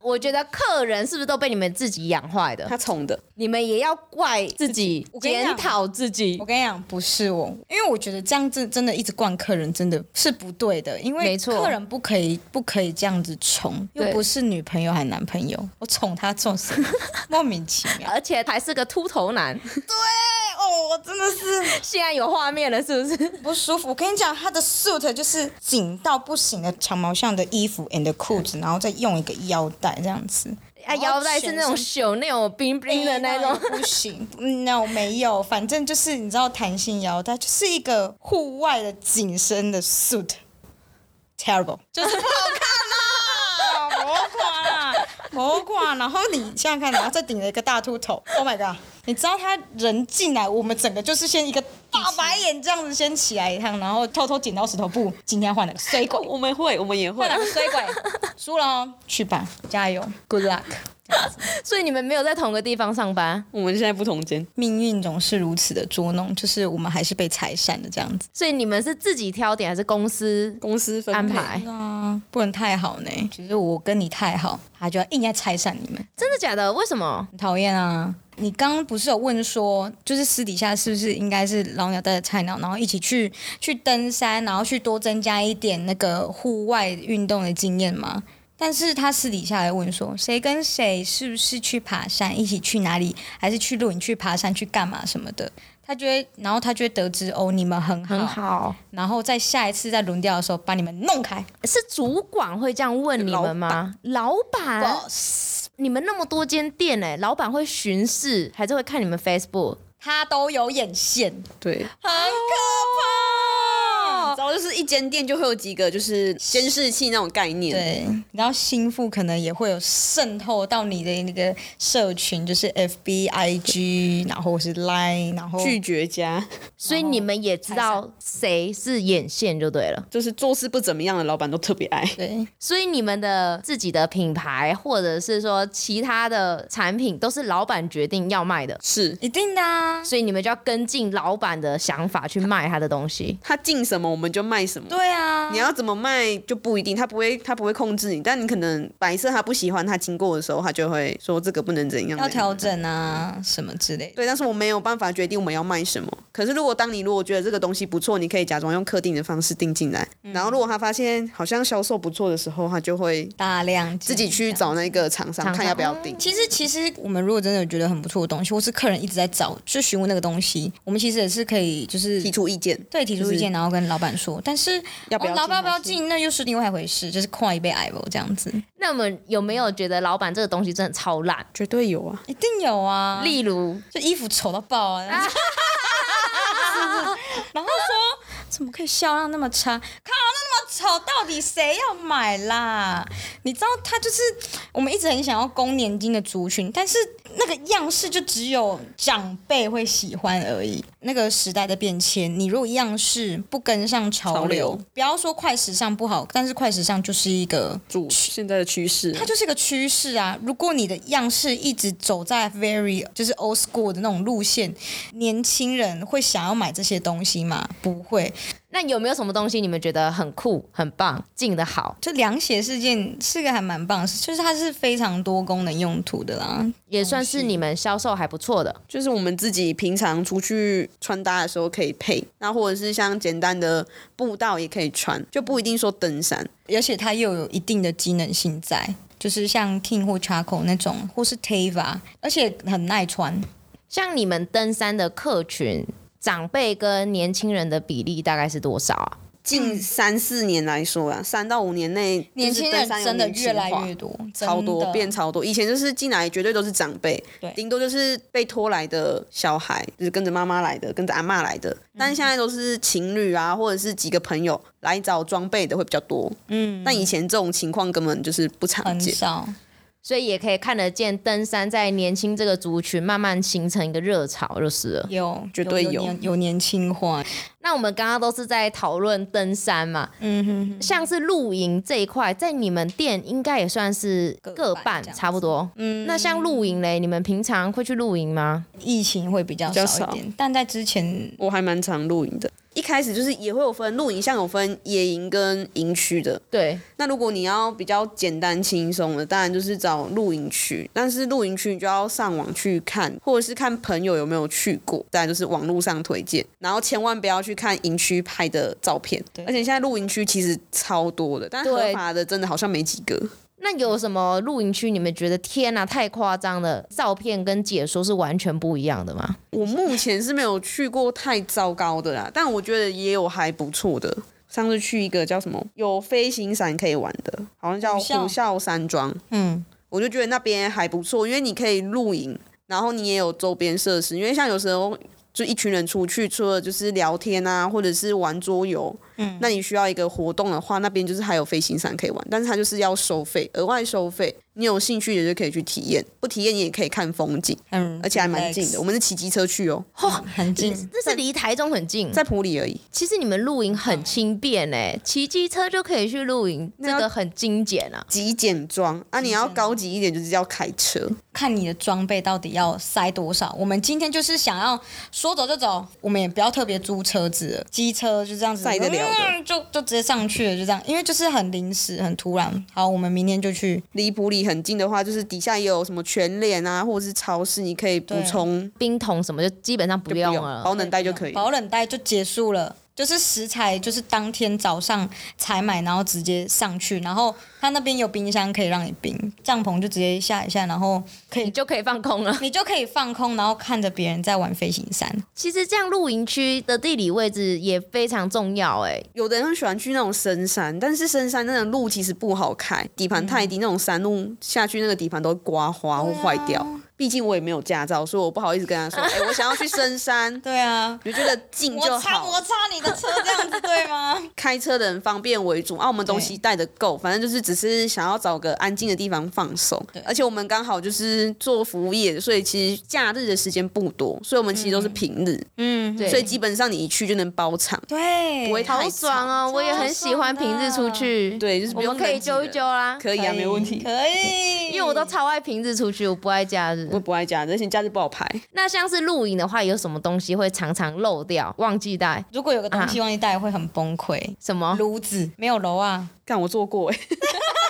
[SPEAKER 2] 我觉得客人是不是都被你们自己养坏的？
[SPEAKER 3] 他宠的。
[SPEAKER 2] 你们也要怪自己
[SPEAKER 1] 我，跟你讲
[SPEAKER 2] 检讨自己
[SPEAKER 1] 我。跟你讲，不是我，因为我觉得这样真真的一直灌客人真的是不对的，因为
[SPEAKER 2] 没错
[SPEAKER 1] 客人不可以不可以这样子宠，又
[SPEAKER 2] 对
[SPEAKER 1] 不是女朋友还男朋友，我宠他做 (laughs) 什么？莫名其妙。
[SPEAKER 2] 而且还是个秃头
[SPEAKER 1] (laughs)
[SPEAKER 2] 男，
[SPEAKER 1] 哦，我真的是。
[SPEAKER 2] 现在有画面了，是
[SPEAKER 1] (laughs)
[SPEAKER 2] 不是？
[SPEAKER 1] 不舒服。我跟你讲，他的 suit 就是紧到不行的长毛象的衣服 and 裤子，然后再用一个腰带这样子。
[SPEAKER 2] 哎、啊，腰带是那种小那种冰冰的那种。
[SPEAKER 1] 不行嗯，no (laughs) 没有，反正就是你知道弹性腰带就是一个户外的紧身的 suit，terrible，就是不好 (laughs) 看啦，啊魔垮啦，魔垮。然后你想想看，然后再顶着一个大秃头，Oh my god！你知道他人进来，我们整个就是先一个大白眼这样子先起来一趟，然后偷偷剪刀石头布，今天换了个水鬼，
[SPEAKER 3] 我们会，我们也
[SPEAKER 1] (laughs)
[SPEAKER 3] 会
[SPEAKER 1] 换。了个 (laughs) 水鬼，输了哦，去吧，加油，Good luck。
[SPEAKER 2] 所以你们没有在同个地方上班，
[SPEAKER 3] 我们现在不同间，
[SPEAKER 1] 命运总是如此的捉弄，就是我们还是被拆散的这样子。
[SPEAKER 2] 所以你们是自己挑点还是公司
[SPEAKER 3] 公司分配
[SPEAKER 2] 安。排？
[SPEAKER 1] 啊，不能太好呢。其实我跟你太好，他就要硬要拆散你们，
[SPEAKER 2] 真的假的？为什么？
[SPEAKER 1] 很讨厌啊！你刚刚不是有问说，就是私底下是不是应该是老鸟带着菜鸟，然后一起去去登山，然后去多增加一点那个户外运动的经验吗？但是他私底下来问说，谁跟谁是不是去爬山，一起去哪里，还是去露营、去爬山、去干嘛什么的？他就会，然后他就会得知哦，你们很好，
[SPEAKER 2] 很好，
[SPEAKER 1] 然后在下一次再轮调的时候把你们弄开。
[SPEAKER 2] 是主管会这样问你们吗？老板，你们那么多间店哎、老板会巡视，还是会看你们 Facebook？
[SPEAKER 1] 他都有眼线，
[SPEAKER 3] 对，
[SPEAKER 1] 很可怕。
[SPEAKER 3] 然后就是一间店就会有几个就是监视器那种概念。，
[SPEAKER 1] 对，然后心腹可能也会有渗透到你的那个社群，就是 F B I G，然后是 Line，然后
[SPEAKER 3] 拒绝家
[SPEAKER 2] 所以你们也知道谁是眼线就对了。
[SPEAKER 3] 就是做事不怎么样的老板都特别爱。
[SPEAKER 1] 对
[SPEAKER 2] 所以你们的自己的品牌或者是说其他的产品都是老板决定要卖的，
[SPEAKER 3] 是
[SPEAKER 1] 一定的啊，
[SPEAKER 2] 所以你们就要跟进老板的想法去卖他的东西。
[SPEAKER 3] 他进什么我们就卖什么。
[SPEAKER 1] 对啊，
[SPEAKER 3] 你要怎么卖就不一定，他不会，他不会控制你，但你可能白色他不喜欢，他经过的时候，他就会说这个不能怎样。
[SPEAKER 1] 要调
[SPEAKER 3] 怎样
[SPEAKER 1] 整啊，什么之类的。
[SPEAKER 3] 对，但是我没有办法决定我们要卖什么。可是如果当你如果觉得这个东西不错，你可以假装用客定的方式定进来，
[SPEAKER 1] 嗯
[SPEAKER 3] 然后如果他发现好像销售不错的时候，他就会
[SPEAKER 1] 大量
[SPEAKER 3] 自己去找那个厂商
[SPEAKER 2] 厂商
[SPEAKER 3] 看要不要定。
[SPEAKER 1] 嗯其实，其实我们如果真的有觉得很不错的东西，或是客人一直在找，去询问那个东西，我们其实也是可以，就是
[SPEAKER 3] 提出意见，
[SPEAKER 1] 对提出
[SPEAKER 3] 就
[SPEAKER 1] 意
[SPEAKER 3] 是
[SPEAKER 1] 见，然后跟老板说。但是
[SPEAKER 3] 要不要
[SPEAKER 1] 哦
[SPEAKER 3] 进
[SPEAKER 1] 老板要不要
[SPEAKER 3] 还是
[SPEAKER 1] 进，那又是另外一回事，就是跨一杯 i v E 这样子，
[SPEAKER 2] 那么有没有觉得老板这个东西真的超烂？
[SPEAKER 3] 绝对有啊。
[SPEAKER 1] 一定有啊。
[SPEAKER 2] 例如，
[SPEAKER 1] 就衣服丑到爆啊！然后说怎么可以销量那么差？靠，那么丑，到底谁要买啦？你知道，他就是我们一直很想要供年金的族群，但是那个样式就只有长辈会喜欢而已。那个时代的变迁，你如果样式不跟上潮流，
[SPEAKER 3] 潮流
[SPEAKER 1] 不要说快时尚不好，但是快时尚就是一个
[SPEAKER 3] 主现在的趋势啊
[SPEAKER 1] 它就是一个趋势啊！如果你的样式一直走在 very 就是 old school 的那种路线，年轻人会想要买这些东西吗？不会。
[SPEAKER 2] 那有没有什么东西你们觉得很酷、很棒、进的好，
[SPEAKER 1] 就凉鞋事件是个还蛮棒的事，就是它是非常多功能用途的啦。
[SPEAKER 2] 也算是你们销售还不错的？
[SPEAKER 3] 就是我们自己平常出去穿搭的时候可以配，那或者是像简单的步道也可以穿，就不一定说登山。
[SPEAKER 1] 而且它又有一定的机能性在，就是像 King 或 Charcoal 那种，或是 Teva，而且很耐穿。
[SPEAKER 2] 像你们登山的客群，长辈跟年轻人的比例大概是多少啊？
[SPEAKER 3] 近三四年来说啊，三到五年内，就是
[SPEAKER 1] 嗯年轻人
[SPEAKER 3] 登山有
[SPEAKER 1] 真的
[SPEAKER 3] 年轻
[SPEAKER 1] 越来
[SPEAKER 3] 化
[SPEAKER 1] 越多，
[SPEAKER 3] 超多
[SPEAKER 1] 真的
[SPEAKER 3] 变超多，以前就是进来绝对都是长辈
[SPEAKER 1] 对，
[SPEAKER 3] 顶多就是被拖来的小孩，就是跟着妈妈来的，跟着阿嬷来的。
[SPEAKER 1] 嗯
[SPEAKER 3] 但现在都是情侣啊，或者是几个朋友来找装备的会比较多。嗯，但以前这种情况根本就是不常
[SPEAKER 1] 很
[SPEAKER 3] 见。
[SPEAKER 1] 少。
[SPEAKER 2] 所以也可以看得见登山在年轻这个族群慢慢形成一个热潮，就是了。
[SPEAKER 1] 有
[SPEAKER 3] 绝对
[SPEAKER 1] 有
[SPEAKER 3] 有
[SPEAKER 1] 年有年轻化，
[SPEAKER 2] 那我们刚刚都是在讨论登山嘛，
[SPEAKER 1] 嗯哼哼，
[SPEAKER 2] 像是露营这一块，在你们店应该也算是
[SPEAKER 1] 各半
[SPEAKER 2] 各半
[SPEAKER 1] 这样子
[SPEAKER 2] 差不多。嗯，那像露营嘞，你们平常会去露营吗？
[SPEAKER 1] 疫情会比较
[SPEAKER 3] 较
[SPEAKER 1] 少一
[SPEAKER 3] 少
[SPEAKER 1] 点，但在之前
[SPEAKER 3] 我还蛮常露营的，一开始就是也会有分露营，像有分野营跟营区的。
[SPEAKER 2] 对，
[SPEAKER 3] 那如果你要比较简单轻松的，当然就是找露营区，但是露营区你就要上网去看，或者是看朋友有没有去过，再来就是网络上推荐，然后千万不要去看营区拍的照片，
[SPEAKER 1] 对
[SPEAKER 3] 而且现在露营区其实超多的，但合
[SPEAKER 2] 对
[SPEAKER 3] 法的真的好像没几个。
[SPEAKER 2] 那有什么露营区？你们觉得天呐、太夸张了！照片跟解说是完全不一样的吗？
[SPEAKER 3] 我目前是没有去过太糟糕的
[SPEAKER 1] (laughs)
[SPEAKER 3] 啦，但我觉得也有还不错的。上次去一个叫什么有飞行伞可以玩的，好像叫
[SPEAKER 1] 虎啸
[SPEAKER 3] 虎啸山庄，
[SPEAKER 1] 嗯
[SPEAKER 3] 我就觉得那边还不错，因为你可以露营，然后你也有周边设施，因为像有时候。就一群人出去，除了就是聊天啊，或者是玩桌游，嗯，那你需要一个活动的话，那边就是还有飞行伞可以玩，但是它就是要收费，额外收费。你有兴趣也就可以去体验，不体验你也可以看风景，
[SPEAKER 1] 嗯，
[SPEAKER 3] 而且还蛮近的。我们是骑机车去哦，
[SPEAKER 1] 哦，很近，
[SPEAKER 2] 这是离台中很近。
[SPEAKER 3] 在普里而已。
[SPEAKER 2] 其实你们露营很轻便哎、骑机车就可以去露营，这
[SPEAKER 3] 那要
[SPEAKER 2] 个很精简啊。
[SPEAKER 3] 极简装啊，你要高级一点就是要开车，
[SPEAKER 1] 看你的装备到底要塞多少。我们今天就是想要说走就走，我们也不要特别租车子了，机车就这样子
[SPEAKER 3] 载得了的
[SPEAKER 1] 嗯就就直接上去了，就这样，因为就是很临时、很突然。好，我们明天就去，
[SPEAKER 3] 离普里很近的话，就是底下也有什么全联啊，或者是超市，你可以补充，
[SPEAKER 2] 冰桶什么就基本上不
[SPEAKER 3] 就不
[SPEAKER 2] 用
[SPEAKER 3] 用
[SPEAKER 2] 了。
[SPEAKER 3] 保冷袋就可以。
[SPEAKER 1] 保冷袋就结束了。就是食材，就是当天早上采买，然后直接上去，然后他那边有冰箱可以让你冰，帐篷就直接下一下，然后可
[SPEAKER 2] 你
[SPEAKER 1] 以
[SPEAKER 2] 就可以放空了。 (laughs)
[SPEAKER 1] 你就可以放空，然后看着别人在玩飞行伞。，
[SPEAKER 2] 其实这样露营区的地理位置也非常重要哎、
[SPEAKER 3] 有的人很喜欢去那种深山，但是深山那种路其实不好开，底盘太低，那种山路下去那个底盘都会刮花或坏掉。
[SPEAKER 2] 啊
[SPEAKER 3] 毕竟我也没有驾照，所以我不好意思跟
[SPEAKER 2] (laughs)
[SPEAKER 3] 他说，哎、我想要去深山
[SPEAKER 1] 对啊，
[SPEAKER 3] 我就觉得近
[SPEAKER 1] 摩
[SPEAKER 3] 就
[SPEAKER 1] 擦
[SPEAKER 3] 好
[SPEAKER 1] 摩，擦你的车这样子对吗？
[SPEAKER 3] 开车的人方便为主啊，我们东西带的够，反正就是只是想要找个安静的地方放松
[SPEAKER 1] 对。
[SPEAKER 3] 而且我们刚好就是做服务业，所以其实假日的时间不多，所以我们其实都是平日，
[SPEAKER 1] (laughs) 嗯，
[SPEAKER 2] 对
[SPEAKER 3] 所以基本上你一去就能包场。
[SPEAKER 1] 对，
[SPEAKER 3] 不会太
[SPEAKER 2] 好爽哦！我也很喜欢平日出去，
[SPEAKER 3] 啊对就是
[SPEAKER 2] 我
[SPEAKER 3] 不用
[SPEAKER 2] 们可以
[SPEAKER 3] 人挤
[SPEAKER 2] 揪一
[SPEAKER 3] 人
[SPEAKER 2] 揪啦。
[SPEAKER 3] 可以啊，没问题。
[SPEAKER 1] 可以，
[SPEAKER 2] 因为我都超爱平日出去，我不爱假日
[SPEAKER 3] 我。也不爱假日，而且假日不好排。
[SPEAKER 2] 那像是露营的话，有什么东西会常常漏掉、忘记带？
[SPEAKER 1] 如果有个东西忘记带，会很崩溃。
[SPEAKER 2] 什么？
[SPEAKER 1] 啊炉子没有楼啊，
[SPEAKER 3] 干，我做过哎、 (laughs)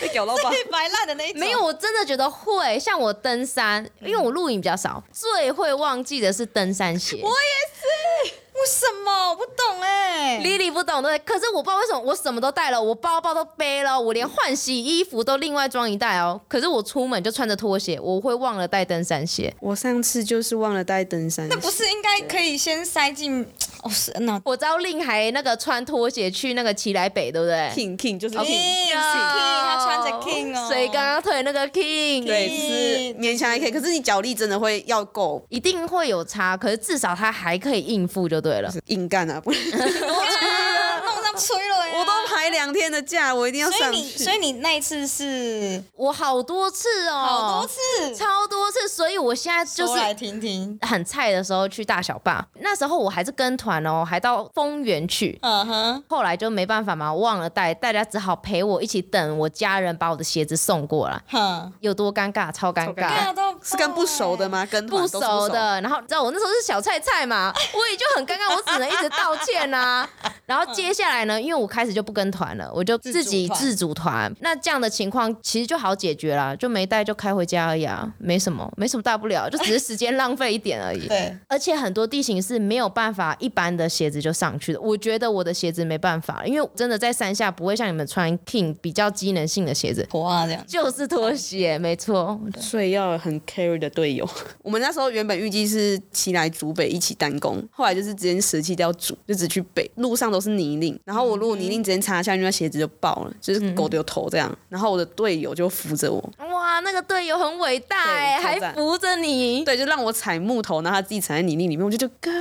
[SPEAKER 3] 被屌到爆。
[SPEAKER 1] 最白烂的那一种
[SPEAKER 2] 没有，，我真的觉得会。像我登山，因为
[SPEAKER 1] 嗯
[SPEAKER 2] 我露营比较少，最会忘记的是登山鞋。
[SPEAKER 1] 为什么我不懂哎、
[SPEAKER 2] Lily 不懂对，可是我不知道为什么我什么都带了，我包包都背了，我
[SPEAKER 1] 嗯
[SPEAKER 2] 连换洗衣服都另外装一袋哦。可是我出门就穿着拖鞋，我会忘了带登山鞋。
[SPEAKER 3] 我上次就是忘了带登山鞋，
[SPEAKER 1] 那不是应该可以先塞进？哦，是那
[SPEAKER 2] 我知道令还那个穿拖鞋去那个奇来北，对不对
[SPEAKER 3] King King 就是 King，
[SPEAKER 1] King，他穿着 King 哎哦，
[SPEAKER 2] 所以
[SPEAKER 1] (laughs)
[SPEAKER 2] 刚刚推那个 King，
[SPEAKER 3] 对，就是勉强还可以。可是你脚力真的会要够
[SPEAKER 2] 一定会有差，可是至少他还可以应付就对了。
[SPEAKER 3] 硬干啊，不 (laughs) 然
[SPEAKER 1] 啊弄上催了、 (laughs) 欸，
[SPEAKER 3] 我都。排两天的假，我一定要
[SPEAKER 1] 所
[SPEAKER 3] 上
[SPEAKER 1] 以你，所
[SPEAKER 3] 去。
[SPEAKER 1] 以你那一次是
[SPEAKER 2] 我好多次哦，
[SPEAKER 1] 好多，次，
[SPEAKER 2] 超多次，所以我现在就
[SPEAKER 1] 说
[SPEAKER 2] 是
[SPEAKER 1] 来听听。
[SPEAKER 2] 很菜的时候去大小坝，那时候我还是跟团哦，还到丰原去。
[SPEAKER 1] 嗯哼，
[SPEAKER 2] 后来就没办法嘛，忘了带，大家只好陪我一起等我家人把我的鞋子送过来，
[SPEAKER 1] 哼，
[SPEAKER 2] 有多尴尬，超尴
[SPEAKER 3] 超尴
[SPEAKER 2] 尬
[SPEAKER 1] 尬。到爆
[SPEAKER 3] 是跟不熟的吗？跟团
[SPEAKER 2] 不
[SPEAKER 3] 都是不
[SPEAKER 2] 熟的，然后你知道我那时候是小菜菜嘛， (laughs) 我也就很尴尬，我只能一直道歉
[SPEAKER 1] (laughs)
[SPEAKER 2] 呐、然后接下来呢，因为我开始就不跟团了，我就自
[SPEAKER 1] 自主
[SPEAKER 2] 己
[SPEAKER 1] 团
[SPEAKER 2] 自主团。那这样的情况其实就好解决啦，就没带就开回家而已啊，没什么，没什么大不了，就只是时间浪费一点而
[SPEAKER 1] (laughs)
[SPEAKER 2] 已。
[SPEAKER 1] 对，
[SPEAKER 2] 而且很多地形是没有办法一般的鞋子就上去的，我觉得我的鞋子没办法，因为真的在山下不会像你们穿 King 比较机能性的鞋子，
[SPEAKER 1] 婆啊这样。
[SPEAKER 2] 就是拖鞋，没错。
[SPEAKER 3] 所以要有很 carry 的队友。 (laughs) 我们那时候原本预计是骑来竹北一起单攻，后来就是直接舍弃掉竹，就只去北，路上都是泥泞。然后我如果泥泞直接擦下去，那鞋子就爆了，就是狗丢头这样。然后我的队友就扶着我，
[SPEAKER 2] 哇，那个队友很伟大哎，
[SPEAKER 3] 对
[SPEAKER 2] 还
[SPEAKER 3] 超赞
[SPEAKER 2] 扶着你。
[SPEAKER 3] 对，就让我踩木头，然后他自己踩在泥泞里面，我就就跟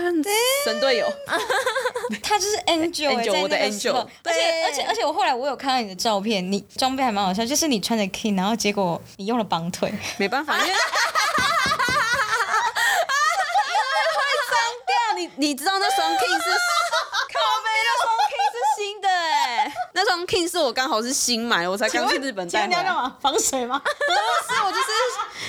[SPEAKER 3] 神队友。
[SPEAKER 1] 他就是 angel，,、欸、
[SPEAKER 3] 哎 Angel，
[SPEAKER 1] 在
[SPEAKER 3] 我的
[SPEAKER 1] 那个时候
[SPEAKER 3] Angel
[SPEAKER 1] 而且而且而且我后来我有看到你的照片，你装备还蛮好笑，就是你穿着 king，然后结果你用了绑腿，
[SPEAKER 3] 没办法，因为。啊你你知道那双 King 是，靠背那双 King 是新的哎、那双 King 是我刚好是新买的，我才刚去日本
[SPEAKER 1] 请
[SPEAKER 3] 带
[SPEAKER 1] 问
[SPEAKER 3] 回
[SPEAKER 1] 你要干
[SPEAKER 3] 来。
[SPEAKER 1] 嘛？防水吗？
[SPEAKER 3] 不是，我就是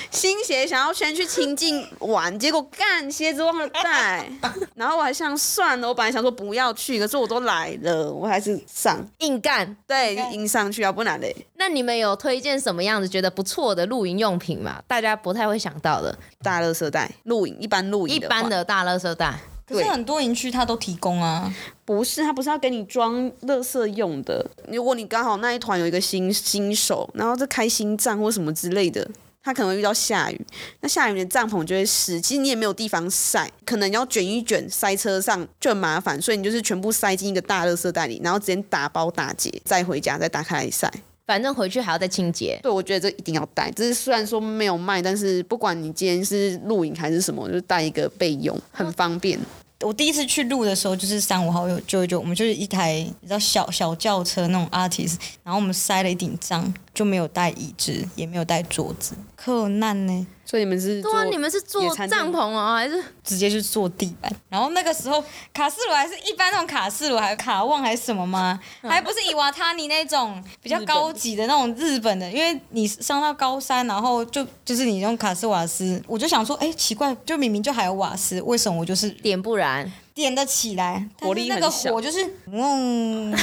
[SPEAKER 3] 新鞋想要先去清境玩，结果干鞋子忘了带，然后我还想算了，我本来想说不要去，可是我都来了，我还是上，
[SPEAKER 2] 硬干。
[SPEAKER 3] 对，迎上去啊，不然嘞，
[SPEAKER 2] 那你们有推荐什么样子觉得不错的露营用品吗？大家不太会想到的，
[SPEAKER 3] 大热色带露营，一般露营
[SPEAKER 2] 一
[SPEAKER 3] 的
[SPEAKER 2] 般
[SPEAKER 3] 话
[SPEAKER 2] 的大垃圾袋。
[SPEAKER 1] 可
[SPEAKER 3] 对
[SPEAKER 1] 是很多营区它都提供啊，
[SPEAKER 3] 不是，他不是要给你装垃圾用的。如果你刚好那一团有一个新新手，然后在开新帐或什么之类的，他可能会遇到下雨，那下雨你的帐篷就会湿，其实你也没有地方晒，可能要卷一卷塞车上就很麻烦，所以你就是全部塞进一个大垃圾袋里，然后直接打包打结，再回家再打开来晒。
[SPEAKER 2] 反正回去还要再清洁。
[SPEAKER 3] 对，我觉得这一定要带。只是虽然说没有卖，但是不管你今天是露营还是什么，就是带一个备用，很方便。
[SPEAKER 1] 我第一次去录的时候，就是三五好友就就我们就是一台你知道小小轿车那种 artist，然后我们塞了一顶帐，就没有带椅子，也没有带桌子，可难呢、
[SPEAKER 3] 所以你们是
[SPEAKER 2] 对啊，你们是
[SPEAKER 3] 野
[SPEAKER 2] 做
[SPEAKER 3] 餐
[SPEAKER 2] 帐篷哦，还是
[SPEAKER 1] 直接就坐地板。然后那个时候卡式炉还是一般那种卡式炉，还卡旺还是什么吗？还不是伊瓦塔尼那种比较高级的那种日本的，因为你上到高山，然后就就是你用卡式瓦斯，我就想说，哎、奇怪，就明明就还有瓦斯，为什么我就是
[SPEAKER 2] 点不燃？
[SPEAKER 1] 点得起来，
[SPEAKER 3] 火力
[SPEAKER 1] 但是那个
[SPEAKER 3] 很小
[SPEAKER 1] 火就是嗡， (laughs)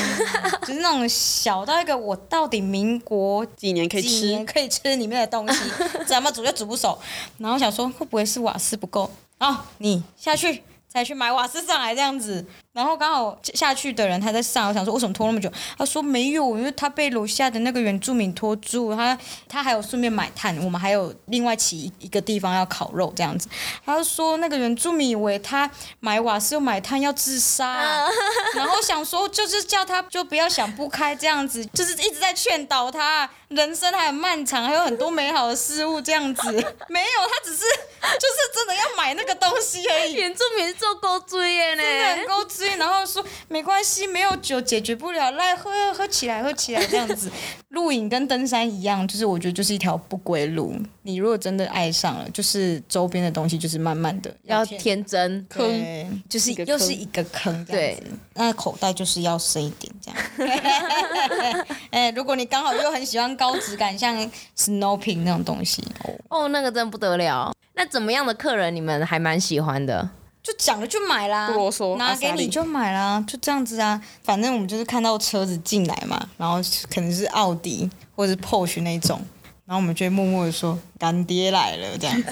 [SPEAKER 1] 就是那种小到一个我到底民国
[SPEAKER 3] 几年可以
[SPEAKER 1] 几年
[SPEAKER 3] 吃？
[SPEAKER 1] 可以吃里面的东
[SPEAKER 3] (laughs)
[SPEAKER 1] 西，怎么煮就煮不熟。然后想说会不会是瓦斯不够？哦，你下去再去买瓦斯上来这样子。然后刚好下去的人他在上，我想说为什么拖那么久？他说没有，因为他被楼下的那个原住民拖住，他他还有顺便买炭，我们还有另外起一一个地方要烤肉这样子。他就说那个原住民以为他买瓦斯又买炭要自杀、 (laughs) 然后想说就是叫他就不要想不开这样子，就是一直在劝导他，人生还很漫长，还有很多美好的事物这样子。没有，他只是就是真的要买那个东西
[SPEAKER 2] (laughs)
[SPEAKER 1] 而已。
[SPEAKER 2] 原住民是做勾追耶呢，
[SPEAKER 1] 真的很勾追，然后说没关系，没有酒解决不了，来喝喝起来，喝起来这样子。露营跟登山一样，就是我觉得就是一条不归路。你如果真的爱上了，就是周边的东西就是慢慢的
[SPEAKER 2] 要天真。
[SPEAKER 1] 对，就是
[SPEAKER 3] 一个
[SPEAKER 1] 又是
[SPEAKER 3] 坑
[SPEAKER 1] 一个坑这样
[SPEAKER 2] 对
[SPEAKER 1] 子。那口袋就是要深一点这样。
[SPEAKER 3] (laughs)
[SPEAKER 1] 哎，如果你刚好又很喜欢高质感，像 snow pin 那种东西，哦，
[SPEAKER 2] 哦，那个真不得了。那怎么样的客人你们还蛮喜欢的？
[SPEAKER 1] 就讲了就买啦，
[SPEAKER 3] 不啰嗦
[SPEAKER 1] 拿给
[SPEAKER 3] 阿萨
[SPEAKER 1] 你
[SPEAKER 3] 利
[SPEAKER 1] 就买啦，就这样子啊。反正我们就是看到车子进来嘛，然后可能是奥迪或者是 Porsche 那种。然后我们就会默默的说干爹来了这样
[SPEAKER 3] (laughs)
[SPEAKER 1] 子，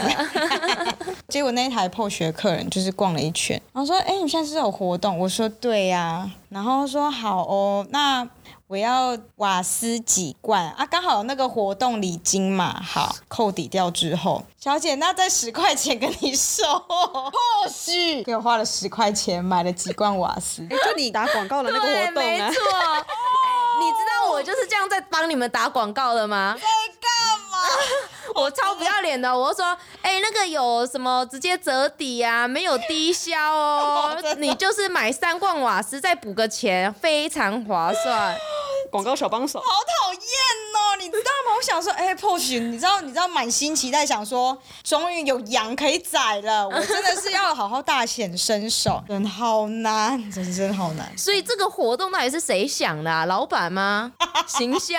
[SPEAKER 1] 结果那一台 Porsche 的客人就是逛了一圈，然后说：“哎，你现在是有活动？”我说：“对呀、然后说：“好哦，那我要瓦斯几罐啊，刚好有那个活动礼金嘛，好扣抵掉之后，小姐那再十块钱跟你收，或许给我花了十块钱买了几罐瓦 (laughs) 斯，
[SPEAKER 3] 哎， (laughs) 就你打广告的那个活动啊 (laughs)
[SPEAKER 2] 没，错。哎你知道我就是这样在帮你们打广告的吗？ (laughs) 我超不要脸的，我就说，哎、那个有什么直接折抵啊，没有低消哦
[SPEAKER 1] (laughs) 我知道，
[SPEAKER 2] 你就是买三罐瓦斯再补个钱，非常划算。
[SPEAKER 3] 广告小帮手。
[SPEAKER 1] 好讨厌哦，你知道吗？我想说，哎、p o r s c h e 你知道，你知道，满心期待想说，终于有羊可以宰了，我真的是要好好大显身手， (laughs) 人好难，人生好难。
[SPEAKER 2] 所以这个活动到底是谁想的、啊？老板吗？行销？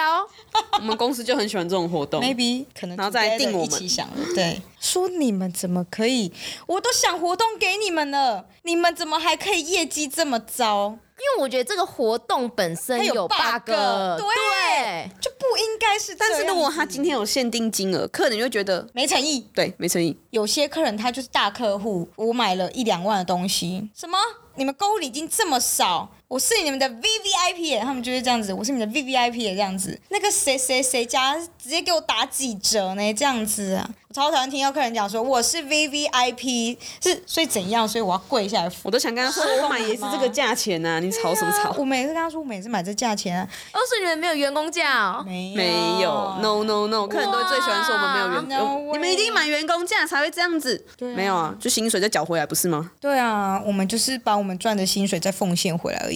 [SPEAKER 3] 我们公司就很喜欢这种活动。
[SPEAKER 1] maybe 可能
[SPEAKER 3] 然后再来定
[SPEAKER 1] together
[SPEAKER 3] 我
[SPEAKER 1] 一
[SPEAKER 3] 们
[SPEAKER 1] 起想了，对，说你们怎么可以，我都想活动给你们了，你们怎么还可以业绩这么糟？
[SPEAKER 2] 因为我觉得这个活动本身
[SPEAKER 1] 它有
[SPEAKER 2] bug，
[SPEAKER 1] bug，对
[SPEAKER 2] 对，
[SPEAKER 1] 就不应该是这样
[SPEAKER 3] 但
[SPEAKER 1] 子，
[SPEAKER 3] 是如果他今天有限定金额，客人就会觉得
[SPEAKER 1] 没诚意，
[SPEAKER 3] 对没诚意。
[SPEAKER 1] 有些客人他就是大客户，我买了一两万的东西，什么？你们购物礼金这么少？我是你们的 V V I P 耶，他们就是这样子，我是你们的 V V I P 耶，这样子。那个谁谁谁家直接给我打几折呢？这样子啊，我超讨厌听到客人讲说我是 V V I P，是所以怎样？所以我要跪下来付。
[SPEAKER 3] 我都想跟
[SPEAKER 1] (laughs)
[SPEAKER 3] 他说，我买也是这个价钱呐、啊，你吵什么吵？
[SPEAKER 1] 我每次跟他说，我每次买这价钱、啊，
[SPEAKER 2] 哦，所以你们没有员工价哦。
[SPEAKER 1] 没有
[SPEAKER 3] 没有，no no no，客人都最喜欢说我们没有员
[SPEAKER 1] 哇
[SPEAKER 3] 工，
[SPEAKER 1] no
[SPEAKER 3] 你们
[SPEAKER 1] way
[SPEAKER 3] 一定买员工价才会这样子。
[SPEAKER 1] 对啊
[SPEAKER 3] 没有啊，就薪水再缴回来不是吗？
[SPEAKER 1] 对啊，我们就是把我们赚的薪水再奉献回来而已啊。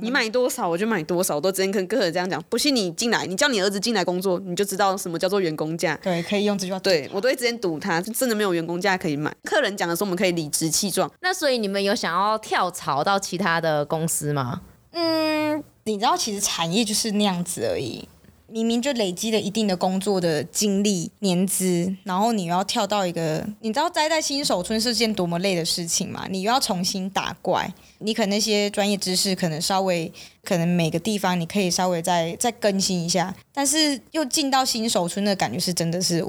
[SPEAKER 3] 你买多少我就买多少，我都之前跟客人这样讲。不信你进来，你叫你儿子进来工作，你就知道什么叫做员工价。
[SPEAKER 1] 对，可以用这句话。
[SPEAKER 3] 对我都会直接堵他，就真的没有员工价可以买。客人讲的时候，我们可以理直气壮。
[SPEAKER 2] 那所以你们有想要跳槽到其他的公司吗？
[SPEAKER 1] 嗯，你知道，其实产业就是那样子而已。明明就累积了一定的工作的经历、年资，然后你又要跳到一个，你知道待在新手村是件多么累的事情吗？你又要重新打怪，你可能那些专业知识可能稍微，可能每个地方你可以稍微再再更新一下，但是又进到新手村的感觉是真的是，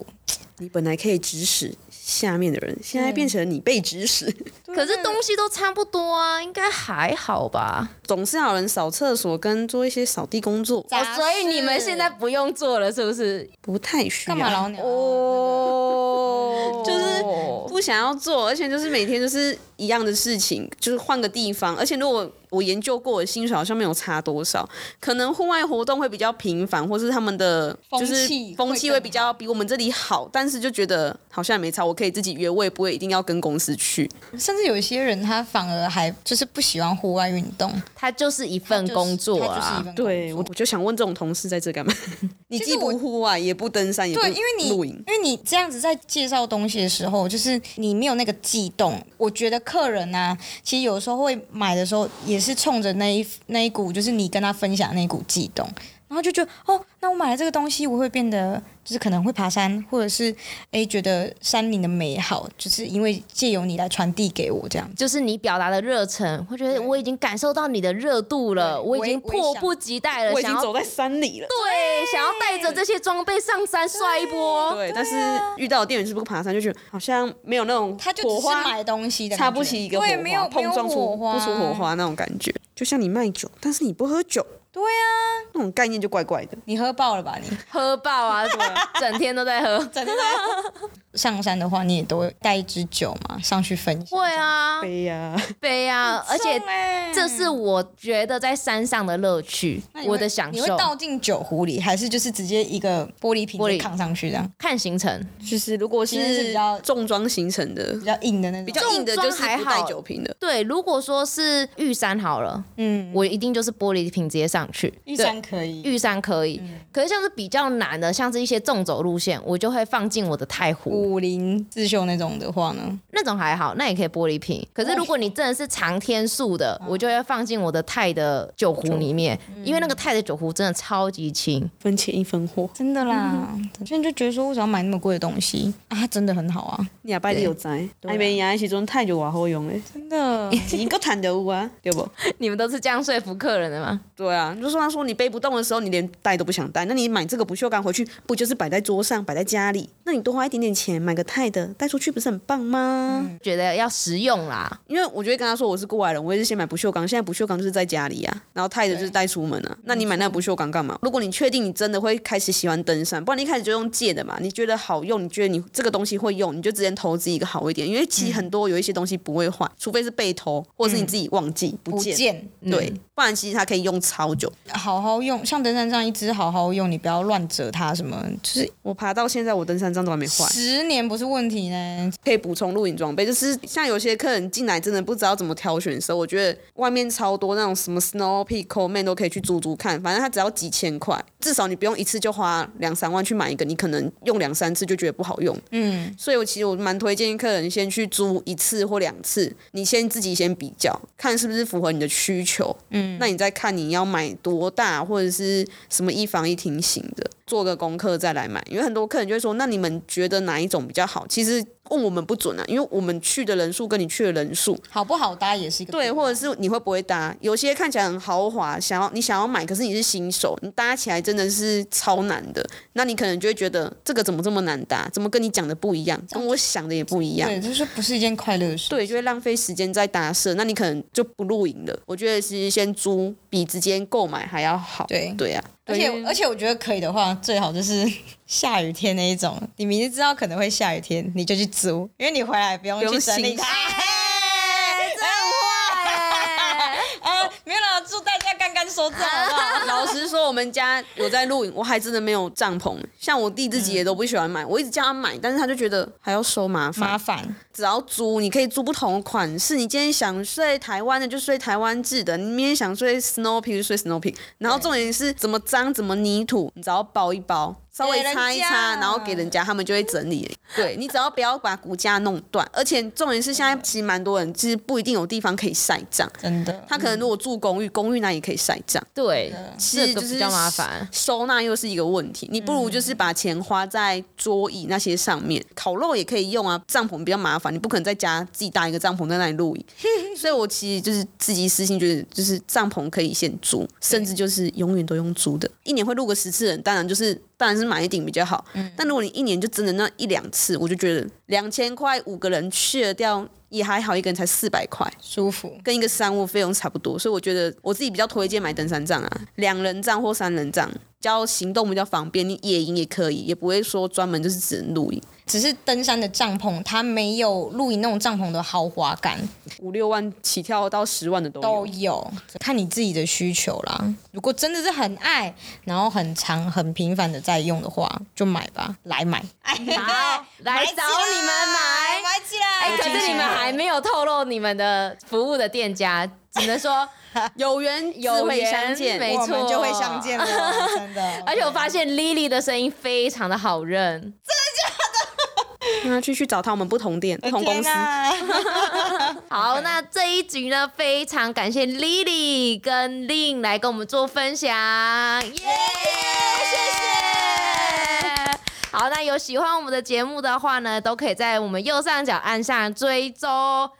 [SPEAKER 3] 你本来可以指使下面的人，现在变成你被指使，
[SPEAKER 2] 可是东西都差不多啊，应该还好吧？
[SPEAKER 3] 总是要有人扫厕所跟做一些扫地工作，
[SPEAKER 1] 杂
[SPEAKER 2] 哦，所以
[SPEAKER 1] 事
[SPEAKER 2] 你们现在不用做了，是不是？
[SPEAKER 3] 不太需要。
[SPEAKER 1] 哦干嘛老鸟？
[SPEAKER 2] 哦，
[SPEAKER 3] 就是不想要做，而且就是每天就是一样的事情，就是换个地方。而且如果我研究过，我的薪水好像没有差多少，可能户外活动会比较频繁，或是他们的就是
[SPEAKER 1] 风气
[SPEAKER 3] 风气
[SPEAKER 1] 会更
[SPEAKER 3] 会比较比我们这里好，但是就觉得好像也没差，我可以自己约，我也不会一定要跟公司去。
[SPEAKER 1] 甚至有一些人他反而还就是不喜欢户外运动，
[SPEAKER 2] 它就是一份
[SPEAKER 1] 就是
[SPEAKER 2] 工作
[SPEAKER 1] 他就
[SPEAKER 2] 啊
[SPEAKER 1] 是一
[SPEAKER 2] 啦。
[SPEAKER 1] 份工作
[SPEAKER 3] 对，我我就想问这种同事在这干嘛？ (laughs) 你
[SPEAKER 1] 其
[SPEAKER 3] 既
[SPEAKER 1] 实我
[SPEAKER 3] 不户外，也不登山，也不
[SPEAKER 1] 对，因为你
[SPEAKER 3] 露营
[SPEAKER 1] 因，为你这样子在介绍东西的时候，就是你没有那个悸动。我觉得客人啊，其实有时候会买的时候，也是冲着那一那一股，就是你跟他分享那一股悸动，然后就觉得哦，那我买了这个东西，我会变得就是可能会爬山，或者是诶觉得山林的美好，就是因为借由你来传递给我这样子。
[SPEAKER 2] 就是你表达的热忱，会觉得我已经感受到你的热度了，
[SPEAKER 1] 对
[SPEAKER 2] 我已经
[SPEAKER 1] 我也
[SPEAKER 2] 迫不及待了，
[SPEAKER 3] 我已
[SPEAKER 2] 想
[SPEAKER 3] 经
[SPEAKER 2] 要
[SPEAKER 3] 走在山里了。
[SPEAKER 2] 对，想要带着这些装备上山帅一
[SPEAKER 1] 哦
[SPEAKER 2] 波。
[SPEAKER 3] 对，但是遇到的店员是不爬山，就觉得好像没有那种
[SPEAKER 1] 啊他就
[SPEAKER 3] 火
[SPEAKER 1] 只是
[SPEAKER 3] 花，
[SPEAKER 1] 买东西的感觉，
[SPEAKER 3] 擦不起一个火
[SPEAKER 1] 对，
[SPEAKER 3] 花，
[SPEAKER 1] 没有
[SPEAKER 3] 碰撞
[SPEAKER 1] 没有
[SPEAKER 3] 出
[SPEAKER 1] 火花，
[SPEAKER 3] 不出火。花那种感觉。就像你卖酒，但是你不喝酒，
[SPEAKER 1] 对啊，
[SPEAKER 3] 那种概念就怪怪的。
[SPEAKER 1] 你喝爆了吧你？
[SPEAKER 2] 喝爆啊，什么整天
[SPEAKER 1] (laughs)
[SPEAKER 2] 都在喝。
[SPEAKER 1] 上山的话，你也都会带一支酒嘛，上去分享。
[SPEAKER 2] 会啊，
[SPEAKER 3] 对呀、
[SPEAKER 2] 飞啊，而且
[SPEAKER 1] 送欸
[SPEAKER 2] 这是我觉得在山上的乐趣
[SPEAKER 1] 那，你会
[SPEAKER 2] 我的享
[SPEAKER 1] 你会
[SPEAKER 2] 受。
[SPEAKER 1] 倒进酒壶里，还是就是直接一个玻璃瓶
[SPEAKER 2] 玻璃
[SPEAKER 1] 子扛上去这样？
[SPEAKER 2] 看行程，
[SPEAKER 3] 就是如果
[SPEAKER 1] 今天是比
[SPEAKER 3] 是
[SPEAKER 1] 较
[SPEAKER 3] 重装形成的
[SPEAKER 1] 比，较硬的那种，
[SPEAKER 3] 比较硬的，
[SPEAKER 2] 重装
[SPEAKER 3] 就是
[SPEAKER 2] 还
[SPEAKER 3] 不带
[SPEAKER 2] 好
[SPEAKER 3] 酒瓶的。
[SPEAKER 2] 对，如果说是玉山好了，
[SPEAKER 1] 嗯，
[SPEAKER 2] 我一定就是玻璃瓶直接上去。
[SPEAKER 1] 玉
[SPEAKER 2] 对
[SPEAKER 1] 山可以。
[SPEAKER 2] 玉山嗯可以，可是像是比较难的，像是一些纵走路线，我就会放进我的太湖，
[SPEAKER 1] 武林刺绣那种的话呢，
[SPEAKER 2] 那种还好，那也可以玻璃瓶。可是如果你真的是长天数的，我就会放进我的钛的哦酒壶里面，因为那个钛的酒壶真的超级轻，
[SPEAKER 3] 分钱一分货，
[SPEAKER 1] 嗯真的啦，所以就觉得说，为什么要买那么贵的东西啊？它真的很好啊，
[SPEAKER 3] 你也拜你有在，哎没呀，其中太久瓦好用诶，
[SPEAKER 1] 真的。
[SPEAKER 3] 你够谈得啊，对不？
[SPEAKER 2] 你们都是这样说服客人的吗？
[SPEAKER 3] 对啊，就说他说你背不动的时候，你连带都不想带，那你买这个不锈钢回去，不就是摆在桌上，摆在家里？那你多花一点点钱买个钛的，带出去不是很棒吗？
[SPEAKER 2] 觉得要实用啦，
[SPEAKER 3] 因为我就会跟他说我是过来人，我也是先买不锈钢，现在不锈钢就是在家里啊，然后钛的就是带出门啊。那你买那个不锈钢干嘛？如果你确定你真的会开始喜欢登山，不然你一开始就用借的嘛，你觉得好用，你觉得你这个东西会用，你就直接投资一个好一点，因为其实很多有一些东西不会坏，除非是被偷或者是你自己忘记不
[SPEAKER 1] 不
[SPEAKER 3] 见，
[SPEAKER 1] 见，
[SPEAKER 3] 对，不然其实它可以用超久。
[SPEAKER 1] 好好用，像登山杖一支好好用，你不要乱折它，什么就是
[SPEAKER 3] 我爬到现在，我登山杖都还没坏。
[SPEAKER 1] 十年不是问题呢。
[SPEAKER 3] 可以补充露营装备，就是像有些客人进来真的不知道怎么挑选的时候，我觉得外面超多那种什么 Snow Peak、Coleman 都可以去租租看，反正它只要几千块，至少你不用一次就花两三万去买一个，你可能用两三次就觉得不好用。
[SPEAKER 1] 嗯，
[SPEAKER 3] 所以我其实我蛮推荐客人先去租一次或两次，你先自己先比较，看是不是符合你的需求。嗯，那你再看你要买多大或者是什么一房一厅型的，做个功课再来买。因为很多客人就会说，那你们觉得哪一种比较好？其实问我们不准啊，因为我们去的人数跟你去的人数，
[SPEAKER 1] 好不好搭也是一个
[SPEAKER 3] 对，
[SPEAKER 1] 点
[SPEAKER 3] 或者是你会不会搭？有些看起来很豪华，想要你想要买，可是你是新手，你搭起来真的是超难的。那你可能就会觉得这个怎么这么难搭？怎么跟你讲的不一样？跟我想的也不一样。
[SPEAKER 1] 对，就是不是一件快乐的事。
[SPEAKER 3] 对，就会浪费时间在搭设，那你可能就不露营了。我觉得其实先租比直接购买还要好。
[SPEAKER 1] 对
[SPEAKER 3] 对啊，
[SPEAKER 1] 而
[SPEAKER 3] 对
[SPEAKER 1] 且
[SPEAKER 3] 因为
[SPEAKER 1] 而且我觉得可以的话，最好就是 (laughs) 下雨天那一种，你明知道可能会下雨天，你就去租，因为你回来不用
[SPEAKER 3] 不用
[SPEAKER 1] 去整理
[SPEAKER 3] 行哎
[SPEAKER 1] 它。
[SPEAKER 2] 哎
[SPEAKER 1] 啊， (laughs) 没有啦，祝大家干干收账好不好？
[SPEAKER 3] (laughs) 老实说，我们家有在露营，我还真的没有帐篷。像我弟自己也都不喜欢买，我一直叫他买，但是他就觉得还要收麻烦
[SPEAKER 1] 麻。烦，
[SPEAKER 3] 只要租，你可以租不同的款式。你今天想睡台湾的就睡台湾制的，你明天想睡 Snow Peak 就睡 Snow Peak。然后重点是怎么脏怎么泥土，你只要包一包，稍微
[SPEAKER 1] 给人
[SPEAKER 3] 擦一擦，
[SPEAKER 1] 家
[SPEAKER 3] 然后给人家，他们就会整理。对你只要不要把骨架弄断，而且重点是现在其实蛮多人其实不一定有地方可以晒帐。
[SPEAKER 1] 真的。
[SPEAKER 3] 他可能如果住公寓，公寓那也可以晒帐，
[SPEAKER 2] 对，
[SPEAKER 3] 其
[SPEAKER 2] 这
[SPEAKER 3] 实
[SPEAKER 2] 个
[SPEAKER 3] 就是
[SPEAKER 2] 比较麻烦。嗯
[SPEAKER 3] 收纳又是一个问题。你不如就是把钱花在桌椅那些上面，烤肉也可以用啊。帐篷比较麻烦，你不可能在家自己搭一个帐篷在那里
[SPEAKER 2] (laughs)
[SPEAKER 3] 露营。所以我其实就是自己私心觉得，就是帐篷可以先租，甚至就是永远都用租的。一年会露个十次人，当然就是当然是买一顶比较好。
[SPEAKER 2] 嗯
[SPEAKER 3] 但如果你一年就真的那一两次，我就觉得两千块五个人去了掉。也还好，一个人才四百块，
[SPEAKER 1] 舒服，
[SPEAKER 3] 跟一个商务费用差不多，所以我觉得我自己比较推荐买登山杖啊，两人杖或三人杖，比较行动比较方便，你野营也可以，也不会说专门就是只能露营。
[SPEAKER 1] 只是登山的帐篷，它没有露营那种帐篷的豪华感，
[SPEAKER 3] 五六万起跳到十万的都
[SPEAKER 1] 都
[SPEAKER 3] 有。
[SPEAKER 1] 有，看你自己的需求啦。如果真的是很爱，然后很长、很频繁的在用的话，就买吧，来买， (laughs)
[SPEAKER 2] 好，来找你们买。
[SPEAKER 1] 买起来。
[SPEAKER 2] 哎，可是你们还没有透露你们的服务的店家，只能说
[SPEAKER 3] 啊有缘
[SPEAKER 2] 有
[SPEAKER 3] 自会
[SPEAKER 2] 缘
[SPEAKER 3] 相见，
[SPEAKER 2] 没
[SPEAKER 1] 我
[SPEAKER 2] 错
[SPEAKER 1] 们就会相见了，真的。
[SPEAKER 2] (laughs) 而且我发现 Lily 的声音非常的好认，
[SPEAKER 3] 那继续找他我们不同店、不同公司
[SPEAKER 1] 天。啊
[SPEAKER 2] 好，那这一局呢，非常感谢 Lily 跟 Lin 来跟我们做分享，耶、谢谢。好，那有喜欢我们的节目的话呢，都可以在我们右上角按下追踪，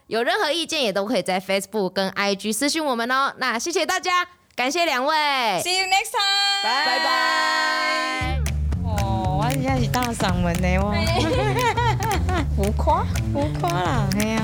[SPEAKER 2] 有任何意见也都可以在 Facebook 跟 IG 私讯我们哦。那谢谢大家，感谢两位，
[SPEAKER 1] See you next time，
[SPEAKER 2] 拜拜。
[SPEAKER 1] 哦，我 (laughs) 现在是大嗓门呢，我浮夸浮夸啦，哎呀、